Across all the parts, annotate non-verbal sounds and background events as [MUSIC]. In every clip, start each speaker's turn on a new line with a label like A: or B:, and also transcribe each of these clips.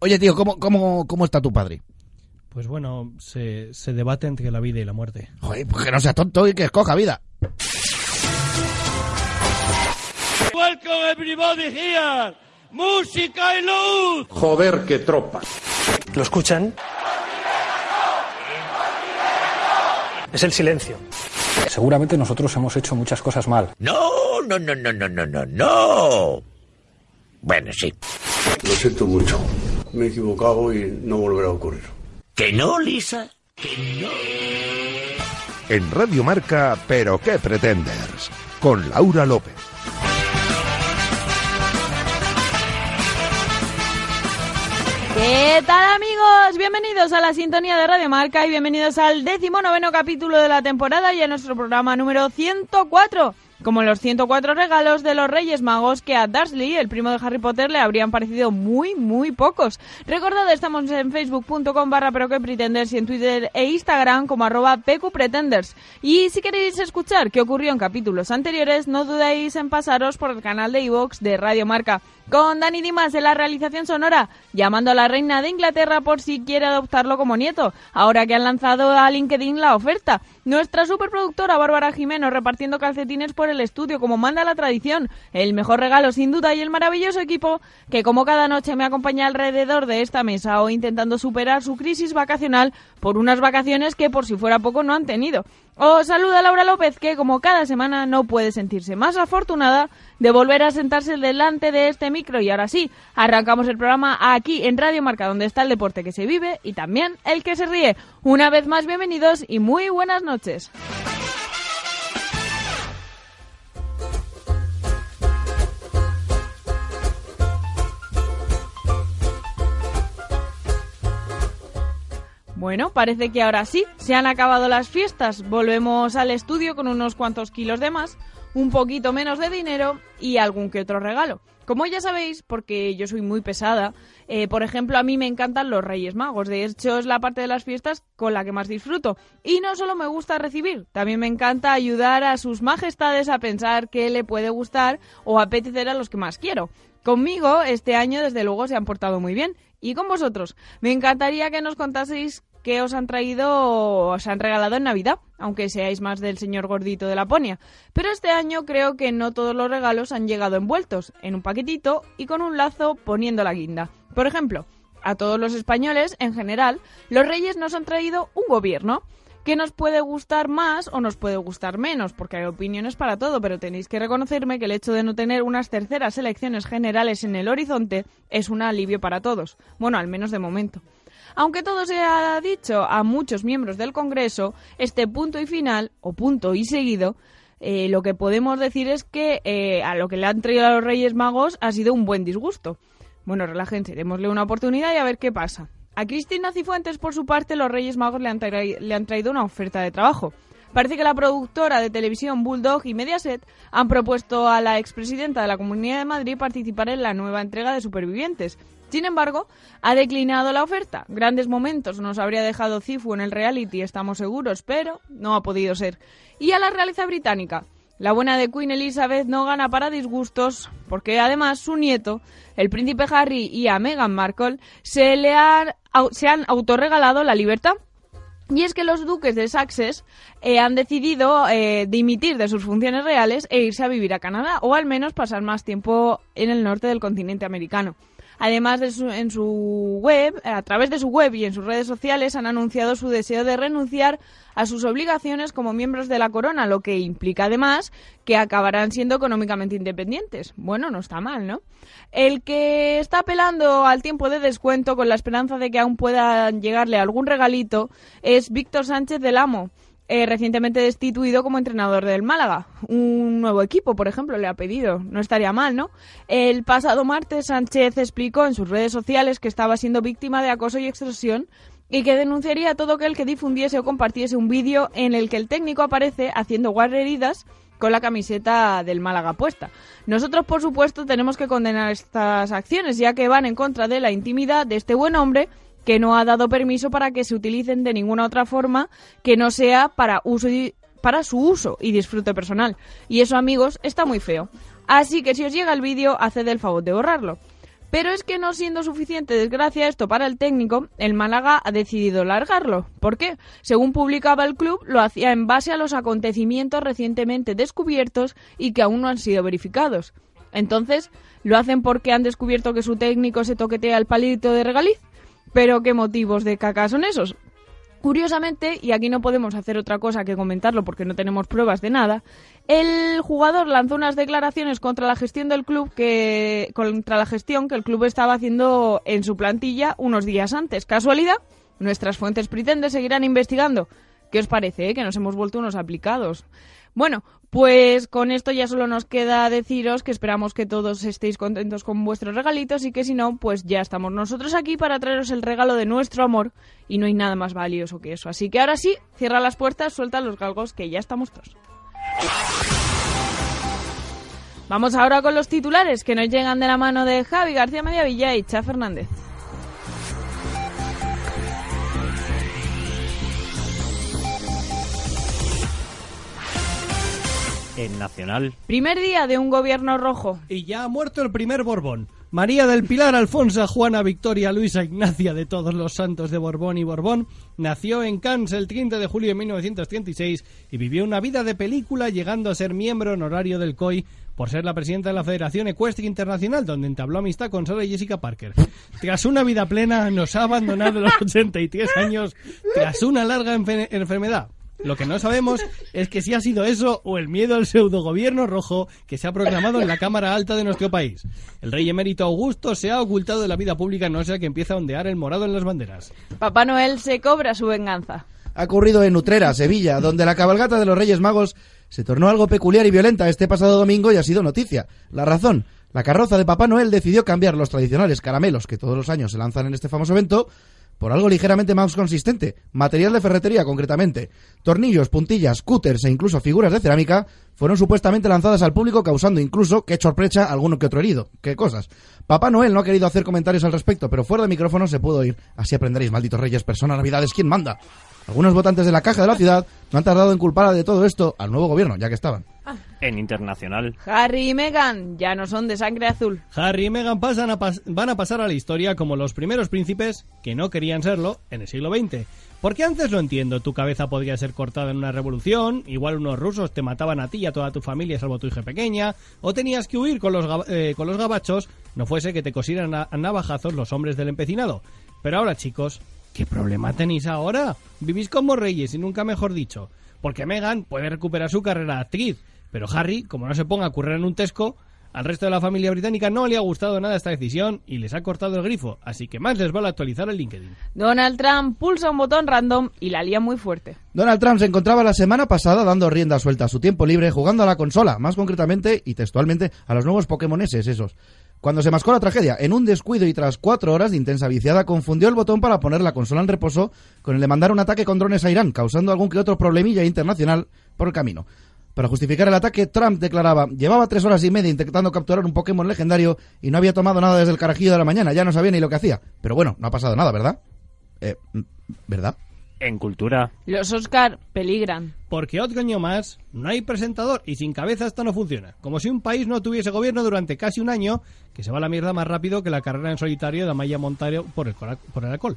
A: Oye, tío, ¿cómo, cómo, cómo está tu padre?
B: Pues bueno, se, se debate entre la vida y la muerte.
A: Joder, pues que no seas tonto y que escoja vida.
C: Welcome everybody here. Música y luz.
D: Joder, qué tropa.
E: ¿Lo escuchan? Es el silencio.
F: Seguramente nosotros hemos hecho muchas cosas mal.
G: No, no, no, no, no, no, no, no. Bueno, sí.
H: Lo siento mucho. Me he equivocado y no volverá a ocurrir.
G: ¿Que no, Lisa? ¿Que no?
I: En Radio Marca, pero qué pretenders, con Laura López.
J: ¿Qué tal amigos? Bienvenidos a la sintonía de Radio Marca y bienvenidos al decimonoveno capítulo de la temporada y a nuestro programa número 104. Como los 104 regalos de los Reyes Magos que a Dursley, el primo de Harry Potter, le habrían parecido muy, muy pocos. Recordad, estamos en facebook.com barra pero que pretenders y en Twitter e Instagram como arroba pqpretenders. Y si queréis escuchar qué ocurrió en capítulos anteriores, no dudéis en pasaros por el canal de iVoox de Radio Marca. Con Dani Dimas en la realización sonora, llamando a la reina de Inglaterra por si quiere adoptarlo como nieto, ahora que han lanzado a LinkedIn la oferta. Nuestra superproductora Bárbara Jimeno repartiendo calcetines por el estudio como manda la tradición, el mejor regalo sin duda y el maravilloso equipo que como cada noche me acompaña alrededor de esta mesa o intentando superar su crisis vacacional por unas vacaciones que por si fuera poco no han tenido. Os saluda Laura López que como cada semana no puede sentirse más afortunada de volver a sentarse delante de este micro y ahora sí, arrancamos el programa aquí en Radio Marca donde está el deporte que se vive y también el que se ríe. Una vez más bienvenidos y muy buenas noches. Bueno, parece que ahora sí, se han acabado las fiestas, volvemos al estudio con unos cuantos kilos de más, un poquito menos de dinero y algún que otro regalo. Como ya sabéis, porque yo soy muy pesada, eh, por ejemplo, a mí me encantan los Reyes Magos, de hecho es la parte de las fiestas con la que más disfruto. Y no solo me gusta recibir, también me encanta ayudar a sus majestades a pensar qué le puede gustar o apetecer a los que más quiero. Conmigo este año desde luego se han portado muy bien y con vosotros. Me encantaría que nos contaseis que os han traído o os han regalado en Navidad, aunque seáis más del señor gordito de Laponia. Pero este año creo que no todos los regalos han llegado envueltos, en un paquetito y con un lazo poniendo la guinda. Por ejemplo, a todos los españoles, en general, los reyes nos han traído un gobierno que nos puede gustar más o nos puede gustar menos, porque hay opiniones para todo, pero tenéis que reconocerme que el hecho de no tener unas terceras elecciones generales en el horizonte es un alivio para todos, bueno, al menos de momento. Aunque todo se ha dicho a muchos miembros del Congreso, este punto y final, o punto y seguido, eh, lo que podemos decir es que eh, a lo que le han traído a los Reyes Magos ha sido un buen disgusto. Bueno, relájense, démosle una oportunidad y a ver qué pasa. A Cristina Cifuentes, por su parte, los Reyes Magos le han, le han traído una oferta de trabajo. Parece que la productora de televisión Bulldog y Mediaset han propuesto a la expresidenta de la Comunidad de Madrid participar en la nueva entrega de Supervivientes. Sin embargo, ha declinado la oferta. Grandes momentos nos habría dejado Cifu en el reality, estamos seguros, pero no ha podido ser. Y a la realeza británica. La buena de Queen Elizabeth no gana para disgustos, porque además su nieto, el príncipe Harry y a Meghan Markle, se, le han, se han autorregalado la libertad y es que los duques de Saxes eh, han decidido eh, dimitir de sus funciones reales e irse a vivir a Canadá, o al menos pasar más tiempo en el norte del continente americano. Además, de su, en su web, a través de su web y en sus redes sociales, han anunciado su deseo de renunciar a sus obligaciones como miembros de la corona, lo que implica además que acabarán siendo económicamente independientes. Bueno, no está mal, ¿no? El que está apelando al tiempo de descuento con la esperanza de que aún pueda llegarle algún regalito es Víctor Sánchez del Amo. Eh, recientemente destituido como entrenador del Málaga. Un nuevo equipo, por ejemplo, le ha pedido. No estaría mal, ¿no? El pasado martes Sánchez explicó en sus redes sociales que estaba siendo víctima de acoso y extorsión y que denunciaría a todo aquel que difundiese o compartiese un vídeo en el que el técnico aparece haciendo guarreridas con la camiseta del Málaga puesta. Nosotros, por supuesto, tenemos que condenar estas acciones, ya que van en contra de la intimidad de este buen hombre que no ha dado permiso para que se utilicen de ninguna otra forma que no sea para uso y, para su uso y disfrute personal. Y eso, amigos, está muy feo. Así que si os llega el vídeo, haced el favor de borrarlo. Pero es que no siendo suficiente desgracia esto para el técnico, el Málaga ha decidido largarlo. ¿Por qué? Según publicaba el club, lo hacía en base a los acontecimientos recientemente descubiertos y que aún no han sido verificados. Entonces, ¿lo hacen porque han descubierto que su técnico se toquetea el palito de regaliz? Pero ¿qué motivos de caca son esos? Curiosamente, y aquí no podemos hacer otra cosa que comentarlo porque no tenemos pruebas de nada, el jugador lanzó unas declaraciones contra la gestión del club que contra la gestión que el club estaba haciendo en su plantilla unos días antes. Casualidad, nuestras fuentes pretenden seguirán investigando. ¿Qué os parece? eh? Que nos hemos vuelto unos aplicados. Bueno, pues con esto ya solo nos queda deciros que esperamos que todos estéis contentos con vuestros regalitos y que si no, pues ya estamos nosotros aquí para traeros el regalo de nuestro amor y no hay nada más valioso que eso. Así que ahora sí, cierra las puertas, suelta los galgos que ya estamos todos. Vamos ahora con los titulares que nos llegan de la mano de Javi García Mediavilla y Cha Fernández.
D: En Nacional.
J: Primer día de un gobierno rojo.
B: Y ya ha muerto el primer Borbón. María del Pilar, Alfonso, Juana, Victoria, Luisa, Ignacia de todos los santos de Borbón y Borbón, nació en Cannes el 30 de julio de 1936 y vivió una vida de película llegando a ser miembro honorario del COI por ser la presidenta de la Federación Ecuestre Internacional, donde entabló amistad con Sara Jessica Parker. Tras una vida plena, nos ha abandonado a los 83 años tras una larga enfe- enfermedad. Lo que no sabemos es que si ha sido eso o el miedo al pseudogobierno rojo que se ha proclamado en la Cámara Alta de nuestro país. El rey emérito Augusto se ha ocultado de la vida pública, no sea que empieza a ondear el morado en las banderas.
J: Papá Noel se cobra su venganza.
A: Ha ocurrido en Utrera, Sevilla, donde la cabalgata de los Reyes Magos se tornó algo peculiar y violenta este pasado domingo y ha sido noticia. La razón, la carroza de Papá Noel decidió cambiar los tradicionales caramelos que todos los años se lanzan en este famoso evento por algo ligeramente más consistente, material de ferretería concretamente. Tornillos, puntillas, cúters e incluso figuras de cerámica fueron supuestamente lanzadas al público causando incluso, que sorpresa, alguno que otro herido. ¿Qué cosas? Papá Noel no ha querido hacer comentarios al respecto, pero fuera de micrófono se pudo oír. Así aprenderéis, malditos reyes, personas, navidades, ¿quién manda? Algunos votantes de la caja de la ciudad no han tardado en culpar de todo esto al nuevo gobierno, ya que estaban.
D: En Internacional.
J: Harry y Meghan ya no son de sangre azul.
B: Harry y Meghan pasan a pas- van a pasar a la historia como los primeros príncipes que no querían serlo en el siglo XX. Porque antes lo entiendo, tu cabeza podría ser cortada en una revolución, igual unos rusos te mataban a ti y a toda tu familia salvo tu hija pequeña, o tenías que huir con los, gaba- eh, con los gabachos, no fuese que te cosieran a, a navajazos los hombres del empecinado. Pero ahora chicos, ¿qué problema tenéis ahora? Vivís como reyes y nunca mejor dicho. Porque Meghan puede recuperar su carrera de actriz, pero Harry, como no se ponga a currar en un tesco, al resto de la familia británica no le ha gustado nada esta decisión y les ha cortado el grifo, así que más les vale actualizar el LinkedIn.
J: Donald Trump pulsa un botón random y la lía muy fuerte.
A: Donald Trump se encontraba la semana pasada dando rienda suelta a su tiempo libre jugando a la consola, más concretamente y textualmente a los nuevos Pokémoneses esos. Cuando se mascó la tragedia, en un descuido y tras cuatro horas de intensa viciada, confundió el botón para poner la consola en reposo con el de mandar un ataque con drones a Irán, causando algún que otro problemilla internacional por el camino. Para justificar el ataque, Trump declaraba, llevaba tres horas y media intentando capturar un Pokémon legendario y no había tomado nada desde el carajillo de la mañana, ya no sabía ni lo que hacía. Pero bueno, no ha pasado nada, ¿verdad? Eh, ¿verdad?
D: En Cultura.
J: Los Oscar peligran.
B: Porque otro año más, no hay presentador y sin cabeza esto no funciona. Como si un país no tuviese gobierno durante casi un año, que se va a la mierda más rápido que la carrera en solitario de Amaya Montario por el, cora- por el alcohol.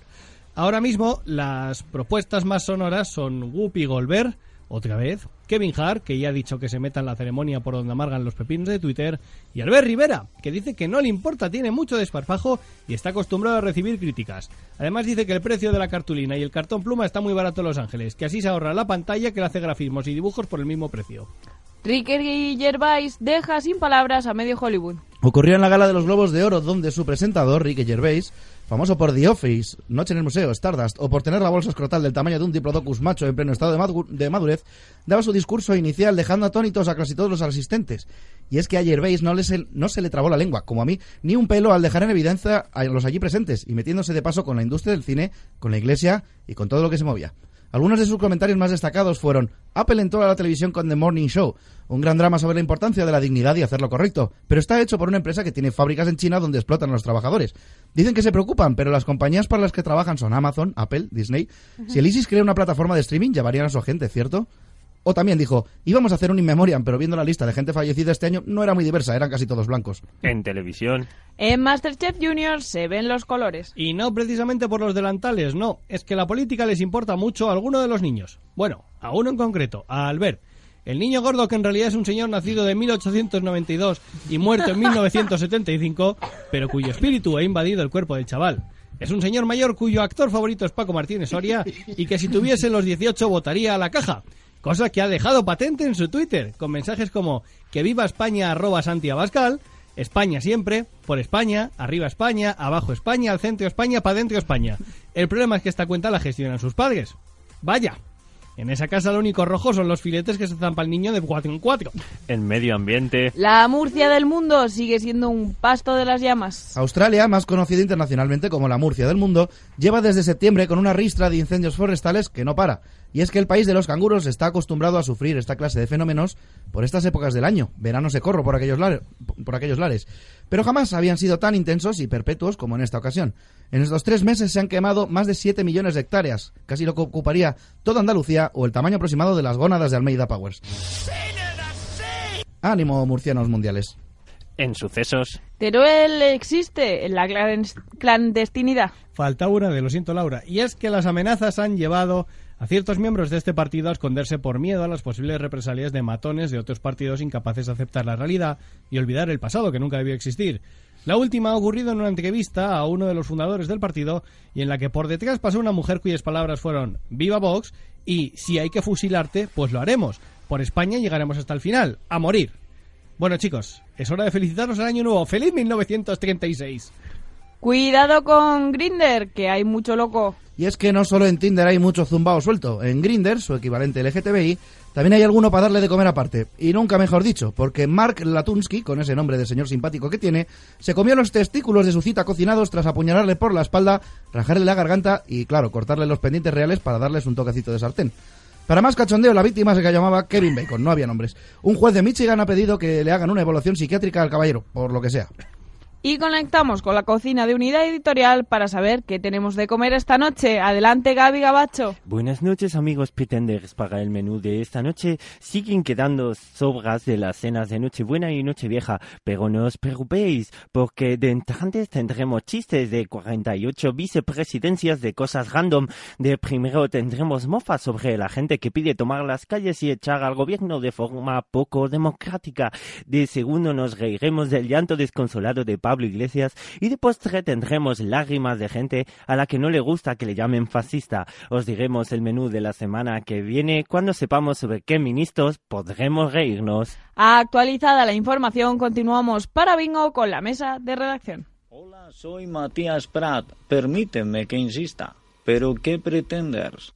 B: Ahora mismo, las propuestas más sonoras son Whoopi Golver, otra vez, Kevin Hart, que ya ha dicho que se meta en la ceremonia por donde amargan los pepinos de Twitter, y Albert Rivera, que dice que no le importa, tiene mucho desparpajo y está acostumbrado a recibir críticas. Además dice que el precio de la cartulina y el cartón pluma está muy barato en Los Ángeles, que así se ahorra la pantalla que le hace grafismos y dibujos por el mismo precio.
J: Ricky Gervais deja sin palabras a medio Hollywood.
A: Ocurrió en la gala de los Globos de Oro, donde su presentador, Ricky Gervais, famoso por The Office, Noche en el Museo, Stardust, o por tener la bolsa escrotal del tamaño de un diplodocus macho en pleno estado de, madu- de madurez, daba su discurso inicial dejando atónitos a casi todos los asistentes. Y es que a Gervais no, le se- no se le trabó la lengua, como a mí, ni un pelo al dejar en evidencia a los allí presentes, y metiéndose de paso con la industria del cine, con la iglesia y con todo lo que se movía. Algunos de sus comentarios más destacados fueron Apple entró a la televisión con The Morning Show, un gran drama sobre la importancia de la dignidad y hacer lo correcto, pero está hecho por una empresa que tiene fábricas en China donde explotan a los trabajadores. Dicen que se preocupan, pero las compañías para las que trabajan son Amazon, Apple, Disney. Si el ISIS crea una plataforma de streaming, llevarían a su gente, ¿cierto? O también dijo, íbamos a hacer un in memoriam, pero viendo la lista de gente fallecida este año no era muy diversa, eran casi todos blancos.
D: En televisión.
J: En Masterchef Junior se ven los colores.
B: Y no precisamente por los delantales, no. Es que la política les importa mucho a alguno de los niños. Bueno, a uno en concreto, a Albert. El niño gordo que en realidad es un señor nacido de 1892 y muerto en 1975, pero cuyo espíritu ha invadido el cuerpo del chaval. Es un señor mayor cuyo actor favorito es Paco Martínez Soria y que si tuviese los 18 votaría a la caja. Cosa que ha dejado patente en su Twitter, con mensajes como que viva España arroba Santi Abascal, España siempre, por España, arriba España, abajo España, al centro España, para dentro España. El problema es que esta cuenta la gestionan sus padres. Vaya. En esa casa lo único rojo son los filetes que se zampa el niño de 4 en 4.
D: En medio ambiente.
J: La Murcia del mundo sigue siendo un pasto de las llamas.
A: Australia, más conocida internacionalmente como la Murcia del mundo, lleva desde septiembre con una ristra de incendios forestales que no para. Y es que el país de los canguros está acostumbrado a sufrir esta clase de fenómenos por estas épocas del año. Verano se corro por aquellos, lar- por aquellos lares. Pero jamás habían sido tan intensos y perpetuos como en esta ocasión. En estos tres meses se han quemado más de 7 millones de hectáreas, casi lo que ocuparía toda Andalucía o el tamaño aproximado de las gónadas de Almeida Powers. Ánimo, murcianos mundiales.
D: En sucesos.
J: Teruel existe en la claren- clandestinidad.
B: Falta una de, lo siento Laura, y es que las amenazas han llevado a ciertos miembros de este partido a esconderse por miedo a las posibles represalias de matones de otros partidos incapaces de aceptar la realidad y olvidar el pasado que nunca debió existir. La última ha ocurrido en una entrevista a uno de los fundadores del partido y en la que por detrás pasó una mujer cuyas palabras fueron Viva Vox y si hay que fusilarte, pues lo haremos. Por España llegaremos hasta el final, a morir. Bueno chicos, es hora de felicitaros el año nuevo. ¡Feliz 1936!
J: Cuidado con Grinder, que hay mucho loco.
A: Y es que no solo en Tinder hay mucho zumbao suelto, en Grinder, su equivalente LGTBI, también hay alguno para darle de comer aparte. Y nunca mejor dicho, porque Mark Latunsky, con ese nombre de señor simpático que tiene, se comió los testículos de su cita cocinados tras apuñalarle por la espalda, rajarle la garganta y, claro, cortarle los pendientes reales para darles un toquecito de sartén. Para más cachondeo, la víctima se llamaba Kevin Bacon, no había nombres. Un juez de Michigan ha pedido que le hagan una evaluación psiquiátrica al caballero, por lo que sea.
J: Y conectamos con la cocina de unidad editorial para saber qué tenemos de comer esta noche. Adelante, Gaby Gabacho.
D: Buenas noches amigos pretenders. Para el menú de esta noche siguen quedando sobras de las cenas de Nochebuena y Nochevieja, pero no os preocupéis porque de entrantes tendremos chistes de 48 vicepresidencias de cosas random. De primero tendremos mofas sobre la gente que pide tomar las calles y echar al gobierno de forma poco democrática. De segundo nos reiremos del llanto desconsolado de Pablo Iglesias y de postre tendremos lágrimas de gente a la que no le gusta que le llamen fascista. Os diremos el menú de la semana que viene cuando sepamos sobre qué ministros podremos reírnos.
J: Actualizada la información, continuamos para Bingo con la mesa de redacción.
K: Hola, soy Matías Prat. Permíteme que insista. ¿Pero qué pretenders?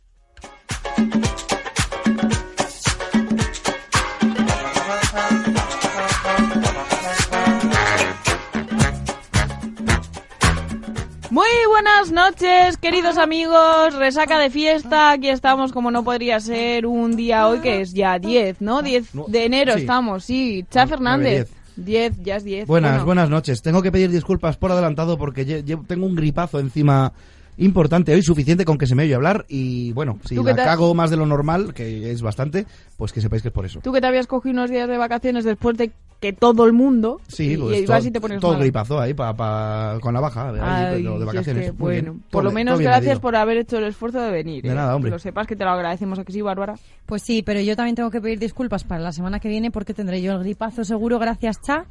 J: Muy buenas noches, queridos amigos. Resaca de fiesta. Aquí estamos, como no podría ser un día hoy, que es ya 10, ¿no? 10 de enero
A: sí. Ah,
J: estamos, sí. Cha Fernández. 10, ya es 10.
A: Buenas,
J: Bueno,
A: buenas noches. Tengo que pedir disculpas por adelantado porque lle- llevo- tengo un gripazo encima importante hoy, suficiente con que se me oye hablar y bueno, si
J: ¿Tú qué
A: la
J: tal?
A: cago más de lo normal, que es bastante, pues que sepáis que es por eso.
J: Tú que te habías cogido unos días de vacaciones después de que todo el mundo.
A: Sí,
J: y,
A: pues,
J: y
A: todo,
J: vas y te pones
A: todo
J: mal.
A: gripazo ahí pa, pa- con la baja, ahí,
J: Ay,
A: pero de
J: si es
A: vacaciones.
J: que,
A: Muy bien.
J: bueno,
A: Todo
J: por lo
A: bien,
J: menos
A: todo bien
J: gracias
A: medido.
J: por haber hecho el esfuerzo de venir.
A: De
J: ¿eh?
A: nada, hombre.
J: Que lo sepas que te lo agradecemos aquí sí, Bárbara.
L: Pues sí, pero yo también tengo que pedir disculpas para la semana que viene porque tendré yo el gripazo seguro, gracias, Cha.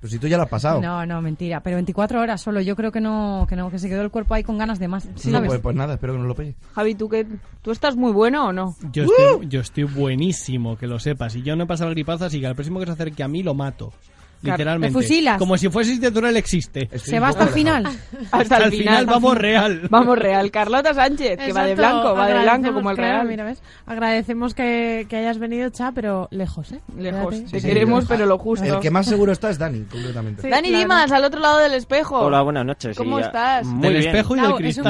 A: Pues si tú ya lo has pasado.
L: No, no, mentira. Pero 24 horas solo. Yo creo que no, que no, que se quedó el cuerpo ahí con ganas de más.
A: Sí,
L: ¿sabes?
A: pues, pues nada, espero que no lo pegue.
J: Javi, ¿tú, qué, ¿tú estás muy bueno o no?
B: Yo estoy, yo estoy buenísimo, que lo sepas. Y yo no he pasado la gripaza, así que al próximo que se acerque a mí lo mato.
J: Claro,
B: Literalmente.
J: te fusilas.
B: Como si fueses de Turel existe.
L: Se va hasta el final.
J: Hasta el
B: Al final vamos real.
J: Vamos real. Carlota Sánchez, que va de
M: Exacto,
J: blanco, va de blanco
M: agradecemos,
J: como el
M: claro,
J: real.
M: mira, ¿ves? Agradecemos que, que hayas venido, Cha, pero lejos, ¿eh?
J: Lejos.
M: Quédate.
J: Te queremos, pero lo justo.
A: El que más seguro está es Dani, completamente.
J: Dani Dimas, al otro lado del espejo.
D: Hola, buenas noches.
J: Oh, ¿Cómo
D: Y, ah,
J: estás?
D: Muy bien.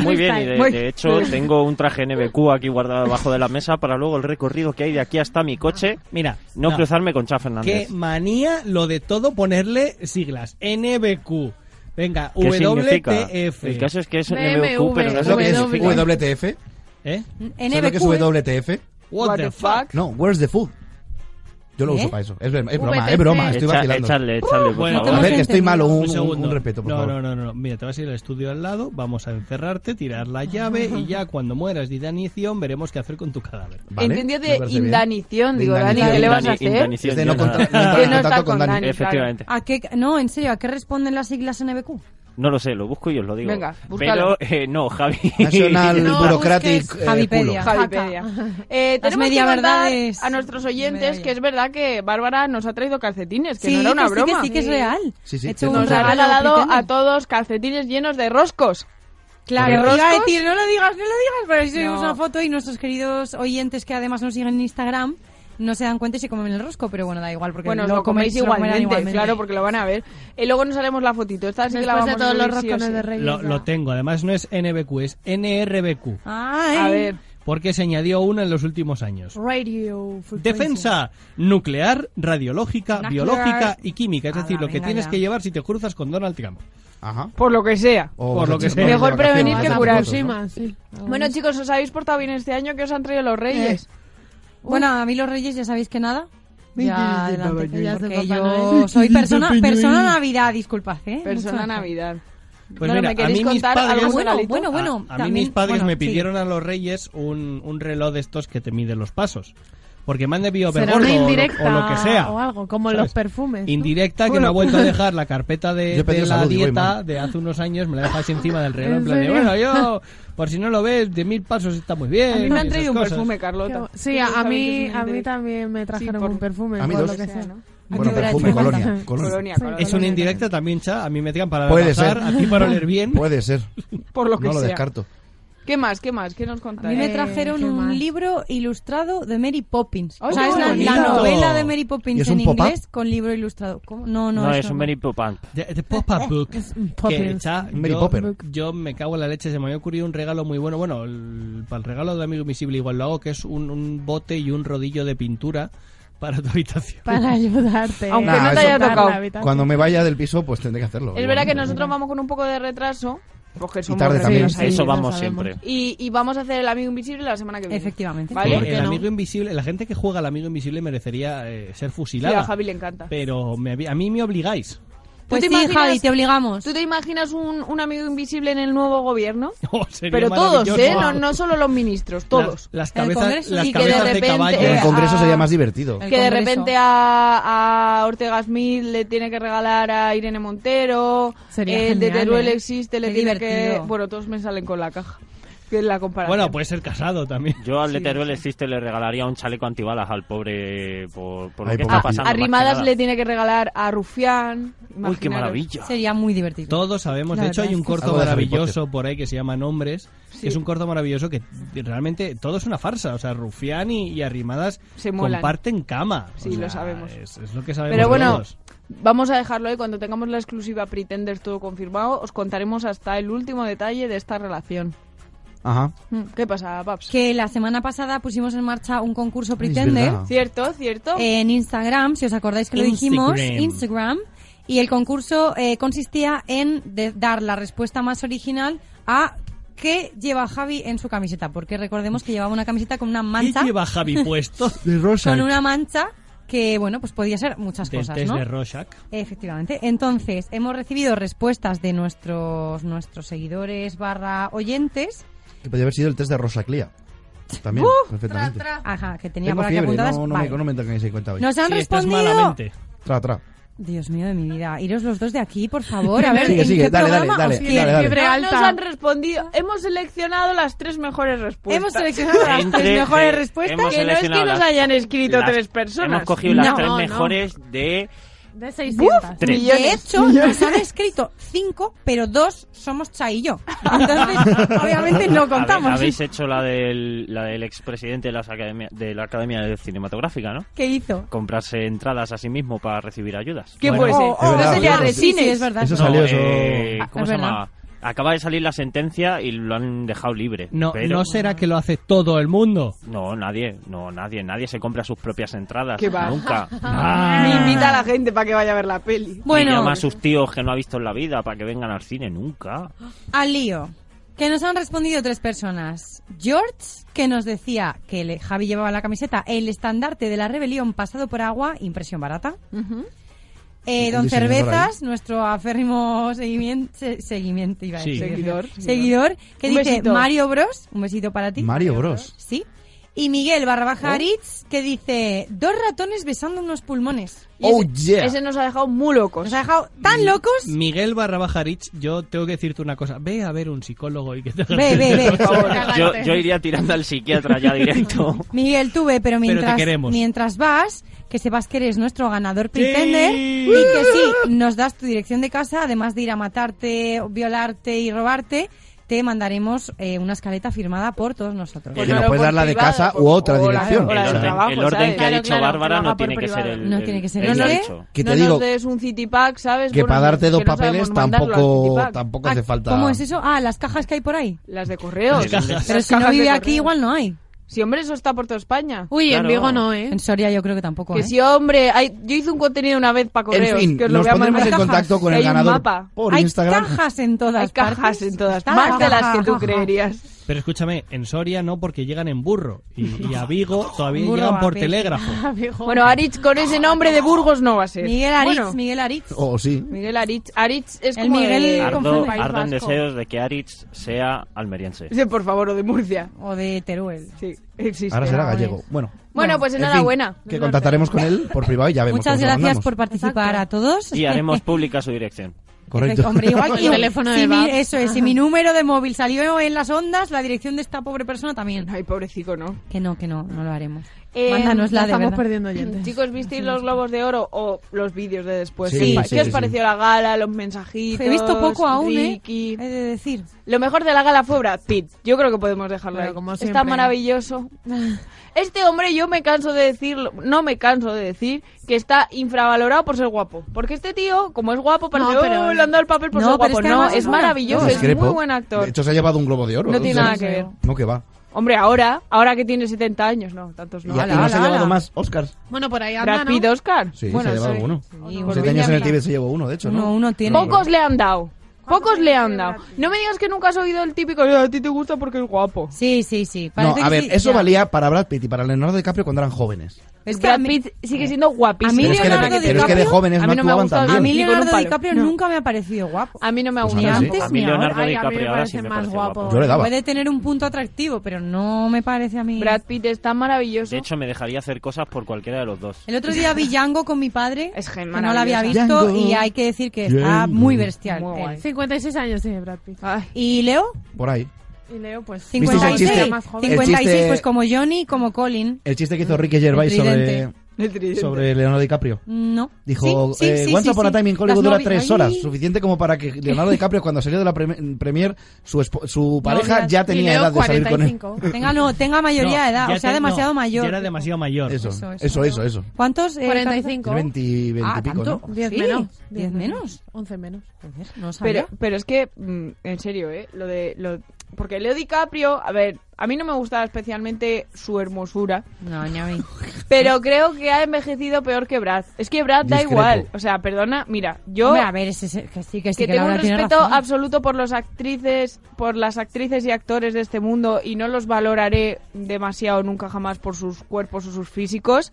D: Muy bien, y de, de hecho tengo un traje NBQ aquí guardado debajo de la mesa para luego el recorrido que hay de aquí hasta mi coche.
B: Mira,
D: no,
B: no.
D: cruzarme con Cha
B: Qué
D: Fernández.
B: manía lo de todo ponerle siglas. NBQ. Venga,
D: ¿Qué significa?
B: WTF.
D: El caso es que es NBQ, pero no
A: ¿Sabes lo que es WTF?
B: ¿Eh?
L: E.
A: ¿Sabes lo que es WTF?
B: What the fuck?
A: No, where's the food? Yo lo
B: ¿Eh?
A: uso para eso. Es, ver- es broma,
J: pues
B: VPC.
A: es broma, estoy
D: Echa-
A: vacilando.
D: echarle, echarle, por
B: Bueno,
A: a ver, que estoy malo, un, un-
B: segundo.
A: un respeto, por
B: no,
A: favor.
B: No, no, no, no. Mira, te vas a ir al estudio al lado, vamos a encerrarte, tirar la llave y ya cuando mueras de inanición veremos qué hacer con tu cadáver.
J: Entendió de indanición. Digo, Dani,
B: indanición.
J: ¿qué le vas a
B: Indani-
J: hacer?
B: indanición,
J: [LAUGHS]
B: yo
J: Que no
B: nada.
D: Que no
J: está con Dani.
D: Efectivamente.
L: ¿A qué, no, en serio, ¿a qué responden las siglas NBQ?
D: No lo sé, lo busco y os lo digo.
L: Venga,
D: Pero
L: búscalo.
D: eh, no, Javi.
J: [LAUGHS]
D: [LAUGHS]
A: National
L: No
A: Bureaucratic
L: busques
A: eh,
L: Javipedia.
A: culo.
L: [LAUGHS]
J: Javipedia. Eh,
L: Las
J: tenemos
L: media
J: que verdad
L: verdades.
J: a nuestros oyentes que es verdad que Bárbara nos ha traído calcetines, que
L: Sí,
J: no era una
L: que sí, que
J: broma.
L: sí, que es Sí. real.
A: Sí, sí,
L: He
A: hecho
J: nos
A: un
J: ha
A: regalo,
J: regalado a
L: Pretender.
J: todos calcetines llenos de roscos.
L: Claro,
J: ¿De
L: iba
J: roscos?
L: a decir, no lo digas, no lo digas, pero ahí subimos
J: No.
L: una foto y nuestros queridos oyentes que además nos siguen en Instagram no se dan cuenta y se comen el rosco, pero bueno, da igual porque
J: Bueno, os lo coméis
L: se lo comerán
J: igualmente, claro, porque lo van a ver. Y luego nos haremos la fotito. Esta sí que la
L: Después de
J: vamos
L: todos
J: a subir
L: los
J: sí o
L: roscones
J: sí.
L: de Reyes.
B: Lo, lo tengo, además no es NBQ, es NRBQ.
L: Ay.
J: A ver.
B: Porque se añadió una en los últimos años.
L: Radio frequency.
B: Defensa nuclear, radiológica,
L: Nuclear.
B: biológica y química. Es
J: Ala,
B: decir, lo que
J: venga
B: tienes
J: ya.
B: que llevar si te cruzas con Donald Trump.
A: Ajá.
J: Por lo que sea.
A: O
B: Por
A: vas a
B: lo que
A: echar
B: sea.
A: unas
J: Mejor
A: vacaciones,
J: prevenir que
A: ¿no?
J: curar.
A: Fotos, ¿no?
J: Bueno, chicos, os habéis portado bien este año que os han traído los Reyes.
L: Uh. Bueno, a mí los reyes ya sabéis que nada. Ya
J: Veintiséis de
L: adelante,
J: Papá Noel.
L: porque
J: Papá
L: yo
J: Noel.
L: [LAUGHS] soy
B: [LAUGHS]
L: persona,
J: Papá Noel.
L: persona Navidad, disculpad, ¿eh?
J: Persona
L: Mucho.
J: Navidad.
B: Pues
J: Bueno,
B: mira,
J: ¿me queréis
B: a mí mis
J: contar
B: padres,
J: algún
L: Ah, Bueno,
J: regalito?
L: bueno, bueno.
B: Ah, A
L: también-
B: mí mis padres
L: bueno,
B: me
L: sí.
B: pidieron a los reyes un, un reloj de estos que te mide los pasos. Porque me han debido ver
M: Será
B: gordo
M: una
B: o lo-
M: indirecta
B: o lo que sea.
M: o algo, como
B: ¿Sabes?
M: los perfumes. ¿no?
B: Indirecta que me ha vuelto a dejar la
A: [LAUGHS]
B: carpeta
A: Yo
B: de,
A: he pedido
B: de la
A: salud y voy
B: dieta
A: mal.
B: de hace unos años, me la dejas encima del reloj.
M: ¿En
B: En plan de,
M: serio?
B: bueno, yo, por si no lo ves, de mil pasos está muy bien.
J: A mí
B: y
J: me han
B: esas
J: traído un
B: cosas.
J: perfume, Carlota.
M: Sí,
J: Eso
M: a
J: sabéis que
M: mí,
J: es un
M: a mí
J: interés.
M: también me trajeron
J: por-
M: un perfume,
A: A mí
M: por
A: dos.
M: lo que sea, ¿no?
A: Bueno, perfume,
J: [LAUGHS]
A: colonia. colonia.
B: Es una indirecta también, Cha. A mí me tiran para
A: Puede
B: adelgazar,
A: ser.
B: a ti para oler bien.
A: Puede ser.
J: Por [LAUGHS] lo que
A: No lo
J: sea.
A: descarto.
J: ¿Qué más? ¿Qué más? ¿Qué nos
L: A
J: contáis?
L: mí me
J: Eh,
L: trajeron
J: ¿qué
L: un
J: más?
L: libro ilustrado de Mary Poppins.
J: ¡Ay,
L: o sea,
J: qué
L: es la,
J: bonito!
L: la novela de Mary
A: ¿Y
L: Poppins
A: es
L: en
A: un pop-up?
L: inglés con libro ilustrado. ¿Cómo? No, no,
D: No,
L: eso
D: es un Mary Poppins.
B: The, the Pop-Up Book. Que,
M: Poppins.
B: cha,
A: Mary
B: yo,
A: Popper.
B: yo me cago en la leche. Se me había ocurrido un regalo muy bueno. Bueno, el- para el regalo de Amigo Invisible igual lo hago, que es un, un bote y un rodillo de pintura para tu habitación.
M: Para ayudarte.
J: Aunque
A: Nah,
J: no te
A: eso-
J: haya
M: Dar la
J: tocado.
M: habitación.
A: Cuando me vaya del piso, pues tendré que hacerlo.
J: Eh, Es verdad que nosotros vamos con un poco de retraso. Porque somos
A: tarde también.
J: retrasados.
D: Eso
M: lo
D: vamos
M: sabemos.
D: siempre.
J: Y, y vamos a hacer el amigo invisible la semana que viene.
L: Efectivamente.
J: ¿Vale?
B: el
J: Que no.
B: amigo invisible, la gente que juega al amigo invisible merecería eh, ser
J: Sí, a
B: fusilada.
J: Javi le encanta.
B: pero me habí- a mí me obligáis. [LAUGHS]
J: ¿Tú
L: Pues sí,
J: te imaginas-
L: Javi, te obligamos.
J: ¿Tú te imaginas un, un amigo invisible en el
D: [LAUGHS]
J: nuevo gobierno?
B: Oh, sería
J: Pero todos,
B: maravilloso.
J: ¿eh? No, no solo los ministros, todos.
B: Las, las
L: El
B: cabezas,
L: Congreso.
B: las
J: Y que de
B: cabezas de,
J: repente-
B: caballo.
A: En el
J: Eh,
A: Congreso
J: ah.
A: sería más divertido.
L: El
J: que de
L: Congreso.
J: repente a, a Ortega Smith le tiene que regalar a Irene Montero,
M: Sería
J: el de
M: genial,
J: Teruel
M: ¿eh?
J: existe, le
L: Qué
J: tiene que...
L: divertido.
J: Bueno, todos me salen con la caja, que es la comparación.
B: Bueno,
D: pues,
B: puede ser casado también.
D: Yo al
J: Sí,
D: letrero
J: sí.
D: existe le regalaría un chaleco antibalas al pobre por, por lo
A: Ay,
D: que
A: pobre
D: está
A: tío.
D: pasando. más que
J: Ah, Arrimadas
D: nada.
J: le tiene que regalar a Rufián.
D: Uy, qué
J: imaginaros.
D: maravilla.
L: Sería muy divertido.
B: Todos sabemos,
L: La
B: de hecho
L: verdad
B: hay un
L: es que
B: corto
A: Algo de Harry
B: maravilloso por ahí que se llama Nombres, que es un corto maravilloso que realmente todo es una farsa, o sea, Rufián y, y Arrimadas
J: Se molan.
B: comparten cama. o
J: Sí, lo
B: sea,
J: sabemos.
B: Es, es lo que sabemos
J: Pero bueno,
B: todos.
J: vamos a dejarlo ahí. Cuando tengamos la exclusiva Pretenders todo confirmado, os contaremos hasta el último detalle de esta relación.
A: Ajá.
J: Mm, ¿Qué pasa, Paps?
L: Que la semana pasada pusimos en marcha un concurso
A: Es
L: Pretender
A: verdad.
J: ¿Cierto? ¿Cierto?
L: en Instagram, si os acordáis que lo dijimos,
B: Instagram.
L: Instagram. Y el concurso eh, consistía en de- dar la respuesta más original a qué lleva Javi en su camiseta. Porque recordemos que llevaba una camiseta con una
B: ¿Qué
L: mancha.
B: lleva Javi puesto?
A: De Rosa.
L: Con una mancha que, bueno, pues podía ser muchas
B: Del
L: cosas,
B: test
L: ¿no?
B: de Rorschach.
L: Efectivamente. Entonces, hemos recibido respuestas de nuestros, nuestros seguidores barra oyentes.
A: Que podría haber sido el test de Rosaclía.
J: [LAUGHS]
A: También, perfectamente.
L: Ajá, que tenía
A: Tengo
L: por aquí
A: fiebre,
L: apuntadas.
A: no, no,
L: Vale.
A: me, no me tengáis en cuenta hoy.
L: Nos han
B: Sí, estás
L: respondido.
B: malamente.
A: Tra, tra.
L: Dios mío de mi vida. Iros los dos de aquí, por favor. A ver,
A: Sigue,
L: ¿en
A: sigue,
L: qué
A: dale, dale,
L: programa
A: dale,
L: os
A: dale,
L: quiero?
A: dale.
M: Fiebre
J: Ah, Nos han
M: alta.
J: respondido. Hemos seleccionado las tres mejores respuestas.
L: Hemos seleccionado las
D: Entre-
L: tres mejores
D: eh,
L: respuestas.
D: hemos
J: Que no es que
D: seleccionado
J: nos
D: las-
J: hayan escrito
D: las-
J: tres personas.
D: Hemos cogido las
M: No,
D: tres
M: no.
D: mejores de...
M: De 600.
D: Tres.
L: De hecho, nos han escrito cinco, pero dos somos Chay y yo.
A: [LAUGHS]
L: Entonces, obviamente no
D: Habe-
L: contamos.
D: Habéis hecho la del, la del expresidente de, las academia- de la Academia Cinematográfica, ¿no?
L: ¿Qué hizo?
D: Comprarse entradas a sí mismo para recibir ayudas.
J: ¿Qué Oh,
B: Bueno,
J: puede ser?
A: es
J: no
A: verdad,
J: sería
A: sí,
L: Sí, sí,
J: resines.
L: es verdad.
A: Eso
L: es verdad.
A: salió, eso-
D: eh, ¿Cómo
L: Es
D: se
L: verdad.
D: llama? Acaba de salir la sentencia y lo han dejado libre.
B: No,
D: pero-
B: no será que lo hace todo el mundo.
D: No, nadie, no, nadie, nadie se compra sus propias entradas.
J: ¿Qué va?
D: Nunca.
B: Ah.
L: Ah.
J: Me invita a la gente para que vaya a ver la peli.
D: Ni
L: Bueno,
D: llama a sus tíos que no ha visto en la vida para que vengan al cine, nunca.
L: al lío. Que nos han respondido tres personas. George, que nos decía que le- Javi llevaba la camiseta el estandarte de la rebelión pasado por agua, impresión barata. Eh,
N: Un
L: don
N: diseñador
L: Cervezas, nuestro aférrimo seguimiento, seguimiento iba a
N: Sí.
L: decir.
N: Seguidor,
L: Seguidor, que
J: Un
L: dice
J: besito.
L: Mario Bros, un besito para ti.
A: Mario Bros.
L: Sí. Y Miguel barra baja
J: Oh.
L: Aritz, que dice dos ratones besando unos pulmones.
J: Y ese- Oh, yeah. ese nos ha dejado muy locos.
L: Nos ha dejado tan locos.
B: Miguel barra baja Rich, yo tengo que decirte una cosa. Ve a ver un psicólogo y que te hagas-
L: Ve, ve, ve. Por favor.
D: Yo, yo iría tirando al psiquiatra ya directo.
L: Miguel tuve, pero mientras,
D: queremos.
L: mientras vas, que sepas que eres nuestro ganador pretender
N: Sí.
L: y que sí, nos das tu dirección de casa, además de ir a matarte, violarte y robarte, te mandaremos eh, una escaleta firmada por todos nosotros.
A: Que nos puedes dar la de casa u otra dirección.
D: o la del El orden- trabajo, el orden ¿sabes? que ha dicho Bárbara no tiene que ser el-
L: No tiene que ser
D: el-
L: el,
D: el
L: orden.
D: derecho.
A: Que te
J: no
A: digo
J: nos des un city pack, ¿sabes?
A: que
J: Bueno,
A: para darte dos
J: que no sabemos
A: papeles
J: mandarlo al Ah,
A: tampoco,
J: City Pack.
A: tampoco hace falta.
L: ¿Cómo es eso? Ah, las cajas que hay por ahí.
J: Las de correos.
A: Las cajas.
L: Pero
J: Las
L: si no
J: cajas de
L: vive aquí,
J: correos.
L: igual no hay.
J: Sí, hombre, eso está por toda España.
L: Uy,
J: en Claro. Vigo no,
L: ¿eh? En Soria yo creo que tampoco,
J: Que
L: ¿eh?
J: sí, hombre. hay- yo hice un contenido una vez para correos.
A: fin,
J: que os lo
A: nos
J: voy a
A: pondremos
J: mandar.
A: en
J: Hay
A: contacto
J: cajas.
A: con el
J: Hay un
A: ganador
J: mapa.
A: por
J: Hay
A: Instagram.
L: cajas en todas
J: Hay cajas en todas Más de las [LAUGHS] que tú creerías.
B: Pero escúchame, en Soria no porque llegan en burro. Y, y a Vigo todavía
J: Burro
B: llegan por
J: a pie.
B: telégrafo.
J: Bueno, Aritz con ese nombre de Burgos no va a ser.
L: [LAUGHS] Miguel Aritz,
J: Bueno,
L: Miguel Aritz.
A: O sí.
J: Miguel Aritz. Aritz es
L: El
J: como
L: Miguel
J: de-
D: Ardo, ardo en deseos de que Aritz sea almeriense.
J: Sí, por favor, o de Murcia.
L: O de Teruel.
J: Sí, existe.
A: Ahora será gallego. Bueno.
J: Bueno, pues
A: en fin,
J: enhorabuena.
A: que contactaremos con él por privado y ya vemos.
L: Muchas
A: cómo se lo
L: gracias
A: mandamos.
L: por participar a todos.
D: Y
L: [LAUGHS]
D: haremos pública su dirección.
A: Correcto. [LAUGHS]
L: Hombre, igual que
N: El teléfono
L: si
N: de
L: mi,
N: Bab.
L: Eso es, si mi número de móvil salió en las ondas, la dirección de esta pobre persona también.
J: Ay, pobrecito, ¿no?
L: Que no, que no, no lo haremos.
J: Eh,
L: Mándanos la de
M: estamos
L: verdad.
M: perdiendo oyentes.
J: Chicos, ¿visteis los globos de oro o los vídeos de después?
L: Sí,
J: ¿Qué,
L: sí,
J: qué os
L: sí.
J: pareció la gala, los mensajitos?
L: He visto poco aún, ¿eh?
J: Ricky?
L: He de decir.
J: Lo mejor de la gala fue Brad Pitt. Yo creo que podemos dejarlo
M: Pero
J: ahí.
M: como
J: Está
M: siempre. ¿eh?
J: maravilloso. [LAUGHS] Este hombre, yo me canso de decirlo, no me canso de decir que está infravalorado por ser guapo. Porque este tío, como es guapo, parece,
M: No, pero-
J: "Oh, le han dado el papel por
M: No,
J: ser
M: pero
J: guapo.
M: es que
J: no,
M: además
J: es
M: es bueno.
A: [LAUGHS]
J: maravilloso,
A: No,
J: es muy
A: discrepo.
J: buen actor.
A: De hecho, se ha llevado un globo de oro.
J: No
A: O
J: tiene
A: sea,
J: nada que ver.
A: No, que va.
J: Hombre, ahora, ahora que tiene 70 años, no, tantos
A: Y,
J: no.
A: y no
J: Ala,
A: se
J: ala,
A: ha llevado
J: ala.
A: más Oscars.
M: Bueno, por ahí anda,
J: Brad Pitt
M: ¿no?
J: Oscar.
A: Sí,
J: Bueno,
A: se ha llevado
J: sí.
A: uno.
J: Sí,
A: Con siete
J: Benjamin.
A: años en el Tibet se llevó uno, de hecho, ¿no?
L: Uno, uno tiene.
J: Pocos le han dado. Pocos le han dado. No me digas que nunca has oído el típico, "Eh, a ti te gusta porque es guapo.
L: Sí, sí, sí.
A: No, a ver, eso valía para Brad Pitt y para Leonardo DiCaprio cuando eran jóvenes.
J: Brad Pitt sigue siendo guapísimo.
L: Eh. A
A: Pero
L: mí
A: es que de-
L: Leonardo
A: pero es que de
L: DiCaprio-
A: jóvenes
L: a
A: no
L: mí no me ha
A: actuaban
L: gustado-
A: tan bien.
L: A mí
J: Ni con un
L: Leonardo
J: palo.
L: DiCaprio
J: No.
L: nunca me ha parecido guapo.
J: A mí no me ha
A: Pues
L: Ni
A: ahora sí.
L: antes
A: A
D: mí
L: ni
D: Leonardo Ay,
L: ahora.
D: a mí me DiCaprio ahora sí parece me más parece guapo. guapo. Yo le daba.
L: Puede tener un punto atractivo, pero no me parece a mí.
J: Brad Pitt está maravilloso.
D: De hecho, me dejaría hacer cosas por cualquiera de los dos.
L: El otro día vi Django con mi padre,
J: es
L: que
J: gen
L: no la había visto,
D: Django.
L: y hay que decir que está
A: Django.
L: muy bestial.
J: Muy
L: él.
J: guay.
M: 56 años tiene Brad Pitt.
L: ¿Y Leo?
A: Por ahí.
M: Y Leo, pues...
A: ¿Visteis el
L: 56,
A: chiste?
L: más
A: El
L: joven. 56,
A: chiste-
L: pues como Johnny, como Colin.
A: El chiste que hizo Ricky Gervais
L: El
A: sobre,
L: tridente. El tridente.
A: sobre Leonardo DiCaprio.
L: No.
A: Dijo,
L: Sí, sí,
A: eh,
L: sí,
A: Once
L: sí,
A: Upon a
L: sí.
A: Time in Hollywood
L: Las
A: dura
L: novi-
A: tres
L: Ay.
A: horas, suficiente como para que Leonardo DiCaprio, cuando salió de la prem- Premier, su, esp- su pareja
L: Novias.
A: ya tenía edad de salir con él.
L: Tenga, no, tenga mayoría
B: No,
L: de edad,
B: ya
L: o sea,
B: te-
L: demasiado
B: no,
L: mayor.
B: ya era demasiado mayor.
A: Eso, eso, eso. eso.
L: ¿Cuántos? eh,
M: 45.
A: Es 20, 20
L: Ah,
A: y pico,
L: ¿tanto?
A: ¿no?
M: 10
L: Sí,
M: menos.
L: 10 menos.
M: 11 menos.
L: No sabía.
J: Pero, pero es que, mm, en serio, ¿eh? Lo de, lo... Porque Leo DiCaprio, a ver, a mí no me gusta especialmente su hermosura,
L: No, ni a mí.
J: pero creo que ha envejecido peor que Brad. Es que Brad da
L: Discrepo.
J: igual. O sea, perdona, mira, yo...
L: Hombre, a ver, ese- ese- que sí, que sí,
J: que,
L: que,
J: tengo un
L: Laura tiene
J: respeto
L: razón.
J: absoluto por las actrices, por las actrices y actores de este mundo y no los valoraré demasiado nunca jamás por sus cuerpos o sus físicos.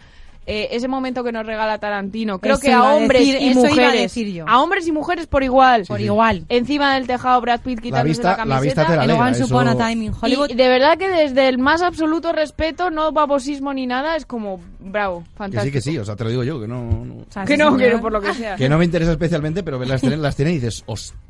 J: Eh, ese momento que nos regala Tarantino, creo
L: Eso
J: que a
L: iba a
J: hombres
L: decir,
J: y
L: eso iba a
J: mujeres,
L: decir yo.
J: a hombres y mujeres por igual,
L: Por sí. igual.
J: encima del tejado Brad Pitt quitándose la,
A: vista- la
J: camiseta,
A: vista te la El alegra, Once eso- Upon a
L: Time in Hollywood.
J: Y de verdad que desde el más absoluto respeto, no babosismo ni nada, es como bravo,
A: Que sí,
J: fantástico.
A: que sí, o sea, te lo digo yo, que no... no-
J: Que no, que no, por lo
L: Ah.
J: que sea.
A: Que no me interesa especialmente, pero ves las tiene, las tiene y dices, hostias.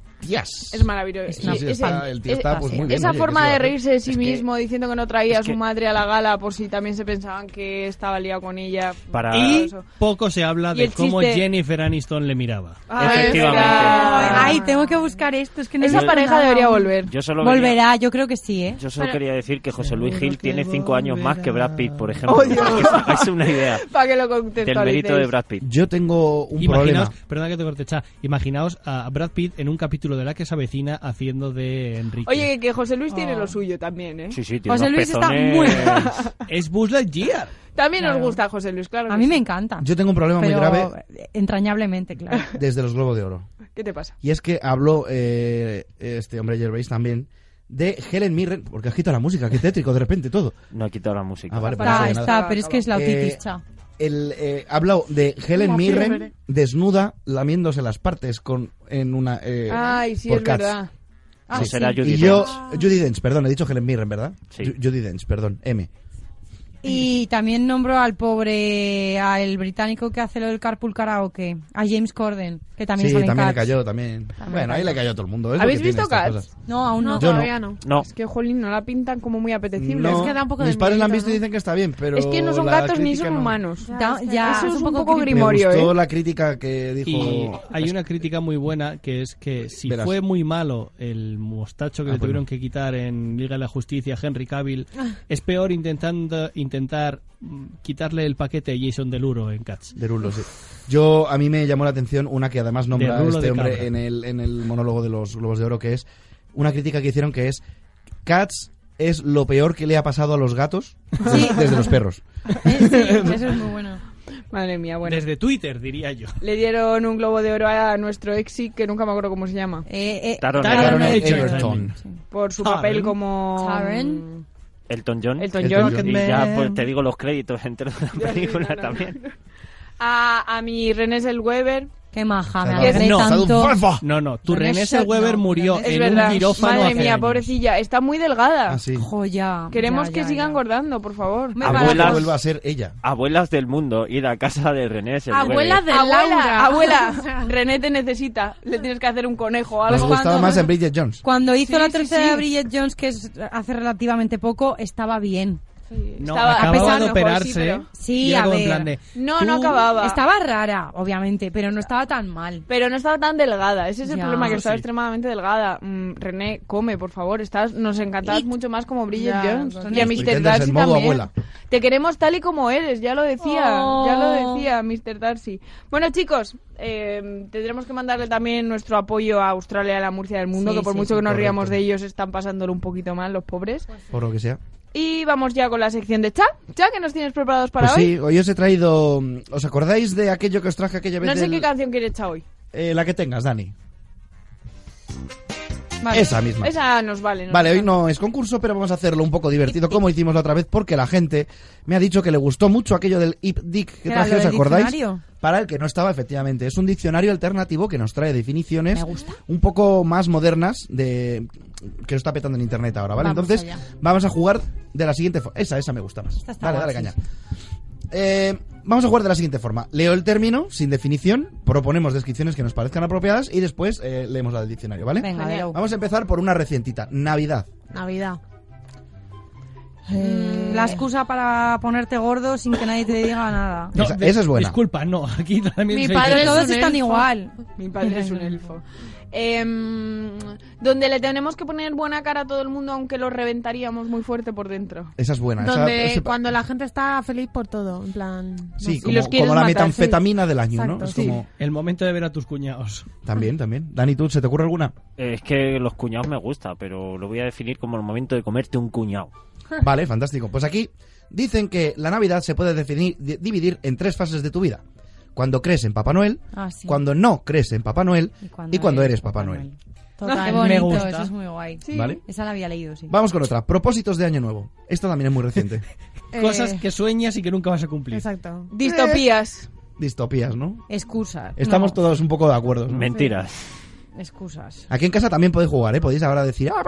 J: Es maravilloso.
A: Sí, sí, está- el tío está, pues, muy bien,
J: Esa
A: oye, que
J: forma
A: sí,
J: de
A: la verdad.
J: reírse de sí mismo diciendo que no traía a
B: es
J: su
B: que-
J: madre a la gala por si también se pensaban que estaba liado con ella.
B: Para...
J: Todo
B: Y
J: eso.
B: poco se habla
J: Y
B: de
J: el
B: cómo
J: chiste-
B: Jennifer Aniston le miraba.
J: Ay,
D: Efectivamente.
J: está.
L: Ay, tengo que buscar esto. Es que no
J: Esa
L: sé
J: pareja
L: nada.
J: debería volver.
D: Yo solo
L: Volverá, yo creo que sí, ¿eh?
D: Yo solo
L: Pero-
D: quería decir que José Luis Gil tiene cinco años más que Brad Pitt, por ejemplo. [LAUGHS]
J: Oh, Dios.
D: Para que os hagáis una idea
J: Para que lo
D: del mérito de
J: contextualicéis.
D: Brad Pitt.
A: Yo tengo un
B: Imaginaos,
A: problema.
B: perdona que te corte, Cha. Imaginaos a Brad Pitt en un capítulo de La que se avecina haciendo de Enrique.
J: Oye, que José Luis
A: Ah.
J: tiene lo suyo también, ¿eh?
B: Sí, sí, tiene
J: José
B: unos
J: Luis está
B: pezones.
J: muy...
B: es Buzz Lightyear.
J: también nos
L: Claro.
J: gusta José Luis, claro.
L: A
J: que
L: mí
J: sí.
L: me encanta.
A: Yo tengo un problema muy
J: [LAUGHS]
L: Pero
A: grave [LAUGHS]
L: Entrañablemente, claro.
A: desde los Globos de Oro.
J: ¿Qué te pasa?
A: Y es que habló eh, este hombre Gervais también de Helen Mirren, porque has quitado la música, qué tétrico de repente todo.
D: No ha quitado la música.
A: Ah, vale,
L: Está,
A: pues nada,
L: está,
A: nada.
L: pero es que es la otitis,
A: Eh,
L: cha.
A: el, eh, ha hablado de Helen
L: Como
A: Mirren
L: fiebre.
A: desnuda lamiéndose las partes con en una eh,
J: Ay, sí,
A: por
J: es
A: Cats.
J: verdad. Ah,
A: Sí.
J: sí. Será Judi
A: y yo,
J: Dench.
A: Judy Dench, perdón, he dicho Helen Mirren, ¿verdad? Sí. Judy Dench, perdón, M.
L: Y también nombró al pobre, al británico que hace lo del carpool karaoke, a James Corden, que también
A: sí,
L: sale en
A: también le
L: Cats.
A: cayó, también.
L: También
A: bueno, ahí
L: cayó.
A: le cayó a todo el mundo. es lo
J: ¿Habéis
A: que tiene
J: visto
A: estas
J: Cats?
A: cosas.
L: No, aún no.
A: Yo
L: [LAUGHS]
J: todavía no.
A: No.
J: Es que, jolín, no la pintan como muy apetecible.
A: No,
J: Es que da un poco
A: mis
J: de
A: padres la han
J: miedito,
A: visto y
J: ¿no?
A: dicen que está bien, pero.
J: Es que no son
A: la
J: gatos ni
A: crítica
J: son
A: no.
J: humanos.
L: Ya, ya,
J: Eso
L: es
J: es
L: un
J: un
L: poco
J: poco
A: Me
J: grimorio,
A: gustó
J: ¿eh?
A: la crítica que dijo.
B: Y hay una crítica muy buena que es que si
A: Verás.
B: fue muy malo el mostacho que
A: Ah,
B: le
A: pues
B: tuvieron
A: no.
B: que quitar en Liga de la Justicia a Henry Cavill,
J: Ah.
B: es peor intentando intentar mm, quitarle el paquete a Jason Deluro en Cats.
A: Derulo, sí. Yo, a mí me llamó la atención una que además nombra
B: Derulo
A: este
B: de
A: hombre
B: cabra.
A: en el, en el monólogo de los Globos de Oro, que es una crítica que hicieron que es Cats es lo peor que le ha pasado a los gatos
J: [LAUGHS] Sí.
A: desde los
J: [LAUGHS]
A: perros.
J: eso
A: [LAUGHS]
J: es muy bueno. Madre mía, bueno.
B: Desde Twitter, diría yo.
J: Le dieron un globo de oro a nuestro exi, que nunca me acuerdo cómo se llama.
L: Eh,
D: Taron
A: Taron Taron
D: Egerton.
A: Egerton.
J: Por su
D: Taron.
J: papel como... Karen.
D: Elton John.
J: Elton Elton John. John.
D: Y ya pues,
J: Man.
D: te digo los créditos [LAUGHS] entre la película también.
J: A, a mi René Selweber.
L: Qué maja,
D: me alegré
B: no,
D: tanto.
B: No, no, tu
D: René
B: René
D: Sel-
B: Weber
D: no,
B: murió
J: Es
B: en
J: verdad.
B: un quirófano
J: Madre
B: hace
J: mía,
B: años.
J: pobrecilla. Está muy delgada.
A: Ah, sí.
L: Joya.
J: Queremos
L: ya,
J: que
L: ya,
J: siga
L: ya.
J: engordando, por favor.
A: Abuela vuelva a ser ella.
D: Abuelas del mundo, ir a casa de René. se
J: Abuela
D: mueve.
J: de abuela,
L: [LAUGHS]
J: Abuela, René te necesita. Le tienes que hacer un conejo o
A: Nos
J: algo. [LAUGHS]
A: gustaba más en Bridget Jones.
L: Cuando hizo
J: Sí,
L: la
J: sí,
L: tercera
J: sí.
L: de Bridget Jones, que es hace relativamente poco, estaba bien.
B: No, acababa de operarse. ¿eh?
L: Sí,
B: Y era
L: a
B: como en
L: ver.
B: plan de,
J: No, no acababa.
L: Estaba rara, obviamente, pero no estaba tan mal.
J: Pero no estaba tan delgada. Ese es el
L: Ya.
J: problema, que
L: Eso
J: estaba
L: sí.
J: extremadamente delgada. Mm, René, come, por favor. Estás, nos encantabas mucho más como Bridget
L: Ya,
J: Jones.
L: con
J: Y a
L: esto.
J: Mr.
A: Intentas
J: Darcy
A: el modo
J: también.
A: abuela.
J: Te queremos tal y como eres, ya lo decía.
L: Oh.
J: Ya lo decía Mr. Darcy. Bueno, chicos, eh, tendremos que mandarle también nuestro apoyo a Australia y a la Murcia del mundo,
A: Sí,
J: que por
A: sí, sí.
J: mucho que nos
A: Correcto. Pues
J: riamos de ellos, están pasándolo un poquito mal los pobres.
A: Por lo que sea.
J: Y vamos ya con la sección de Cha. Cha, que nos tienes preparados para
A: pues
J: hoy?
A: sí, hoy os he traído. ¿Os acordáis de aquello que os traje aquella vez?
J: No sé
A: del-
J: qué canción quieres Cha hoy.
A: eh, la que tengas, Dani.
J: Vale.
A: Esa ¿eh? misma.
J: Esa nos vale. nos
A: Vale, hoy no es concurso, pero vamos a hacerlo un poco divertido, como hicimos la otra vez, porque la gente me ha dicho que le gustó mucho aquello del Ip Dick que
L: Era lo
A: traje, ¿os
L: del
A: acordáis?
L: diccionario.
A: Para el que no estaba, efectivamente. Es un diccionario alternativo que nos trae definiciones un poco más modernas de que lo está petando en internet ahora, ¿vale?
L: Vamos
A: Entonces,
L: allá.
A: vamos a jugar de la siguiente forma. Esa, esa me gusta más.
L: está
A: dale,
L: guay,
A: dale,
L: sí,
A: caña. Eh, vamos a jugar de la siguiente forma. Leo el término sin definición, proponemos descripciones que nos parezcan apropiadas y después eh, leemos la del diccionario, ¿vale?
L: Venga, Genial. Leo.
A: Vamos a empezar por una recientita, Navidad.
L: Navidad.
A: Eh.
L: La excusa para ponerte gordo sin que nadie te diga nada.
A: Esa- esa es buena.
B: Disculpa, no, aquí también
L: Mi
B: soy
L: padre
B: yo.
L: todos están igual.
J: Mi padre es un elfo. Em, donde le tenemos que poner buena cara a todo el mundo, aunque lo reventaríamos muy fuerte por dentro.
A: Esa es buena. esa-
O: Donde
A: esa-
O: cuando la gente está feliz por todo, en plan... no
A: Sí,
O: sé.
A: como, como la metanfetamina del año, ¿no?
O: Exacto,
A: Es
O: sí.
A: como...
B: El momento de ver a tus cuñados.
A: También, también. Dani, ¿tú se te ocurre alguna?
D: Eh, Es que los cuñados me gusta, pero lo voy a definir como el momento de comerte un cuñado.
A: Vale, fantástico. Pues aquí dicen que la Navidad se puede definir, di- dividir en tres fases de tu vida. Cuando crees en Papá Noel,
L: Ah, sí.
A: cuando no crees en Papá Noel y cuando,
L: cuando eres
A: eres Papá Noel.
L: Total,
B: Qué
L: qué
B: bonito, Me
L: bonito,
B: gusta.
L: eso es muy guay.
A: Sí. Vale.
L: Esa la había leído, sí.
A: Vamos con otra. Propósitos de Año Nuevo. Esta también es
O: [LAUGHS]
A: muy reciente.
B: Cosas que sueñas y que nunca vas a cumplir.
O: Exacto.
J: Distopías.
A: Distopías, ¿no?
L: Excusas.
A: Estamos
L: No,
A: todos un poco de acuerdo. ¿no?
L: Excusas.
A: Aquí en casa también podéis jugar, ¿eh? Podéis ahora decir... "Ah,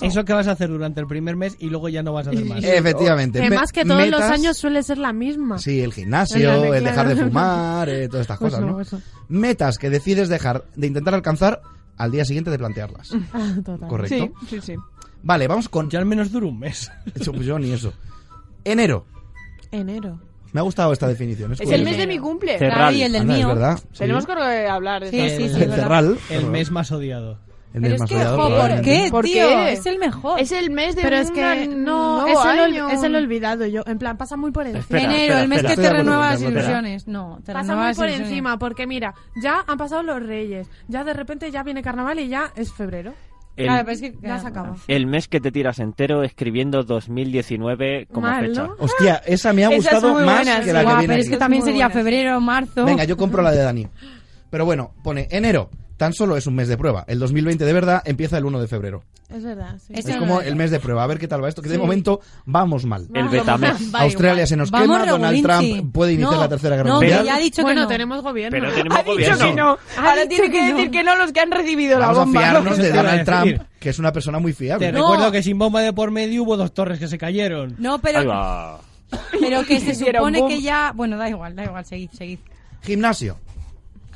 B: Eso que vas a hacer durante el primer mes y luego ya no vas a hacer
A: [LAUGHS]
B: más.
A: Efectivamente.
L: eh,
O: Que
A: Me-
O: más que todos los
A: metas-
O: años suele ser la misma.
A: Sí, el
O: Claro,
A: gimnasio, el dejar de
O: claro.
A: fumar, eh, todas estas
O: Pues
A: cosas,
O: no,
A: ¿no?
O: eso.
A: Metas que decides dejar de intentar alcanzar al día siguiente de plantearlas.
O: [LAUGHS] Total.
A: Correcto.
J: Sí, sí, sí.
A: Vale, vamos con...
B: Ya al menos dura un mes.
A: Yo, pues yo ni [LAUGHS] eso. Enero.
O: Enero.
A: Me ha gustado esta definición.
J: Es el mes de mi cumple.
A: Cerral. Claro, y el del Anda, es mío. verdad, sí.
J: Tenemos que eh, hablar de
B: El-
J: esto.
A: El cerral.
B: El mes más odiado.
A: El mes más odiado, probablemente.
J: ¿Por
L: tío?
J: qué?
L: Es el mejor.
J: Es el mes de
O: Pero es
J: un
O: que
J: an-
O: no,
J: nuevo
O: es, el, ol-
J: año.
O: es el olvidado yo. En plan, pasa muy por encima.
D: Espera, Enero, espera, el mes espera. que te
O: renuevas
D: renueva las ilusiones.
L: No,
O: Pasa
L: te
O: muy
L: renuevas
O: por
L: ilusiones.
O: encima, porque mira, ya han pasado los reyes, ya de repente ya viene carnaval y ya es febrero.
D: El- Claro, pero
L: pues,
O: es que ya se acaba.
D: El mes que te tiras entero escribiendo 2019 como
O: Mal,
D: fecha.
O: ¿no?
A: Hostia, esa me ha
L: Esa es
A: gustado
L: muy
A: más
L: buena,
A: que
L: sí.
A: la que
L: Guau,
A: viene.
L: pero es
A: aquí.
L: que también
J: muy
L: sería
J: buena.
L: febrero, marzo.
A: Venga, yo compro la de Dani. Pero bueno, pone enero. Tan solo es un mes de prueba. El 2020 de verdad empieza el 1 de febrero.
N: Es verdad. sí.
A: Es como el mes de prueba. A ver qué tal va esto. Que de
N: Sí.
A: momento vamos mal.
N: El Betamex. Va
A: Australia
N: igual.
A: se nos
N: Vamos
A: quema. Donald
N: regulinchi.
A: Trump puede iniciar
N: No,
A: la tercera guerra
N: no,
A: mundial.
L: ya ha dicho que
M: bueno,
L: no.
M: tenemos gobierno.
A: Pero tenemos
M: ha
A: gobierno.
M: dicho que no.
J: Ahora tiene que decir que no los que han recibido
A: Vamos
J: la
A: a
J: bomba.
A: fiarnos
J: [LAUGHS]
A: de
B: Eso te iba a
A: Donald
B: decir.
A: Trump, que es una persona muy fiable.
B: Te recuerdo que sin bomba de por medio hubo dos torres que se cayeron.
L: No, pero- Ahí
A: va.
L: Pero que se
M: Hicieron
L: supone
M: boom.
L: que ya... Bueno, da igual, da igual, seguid, seguid.
A: Gimnasio.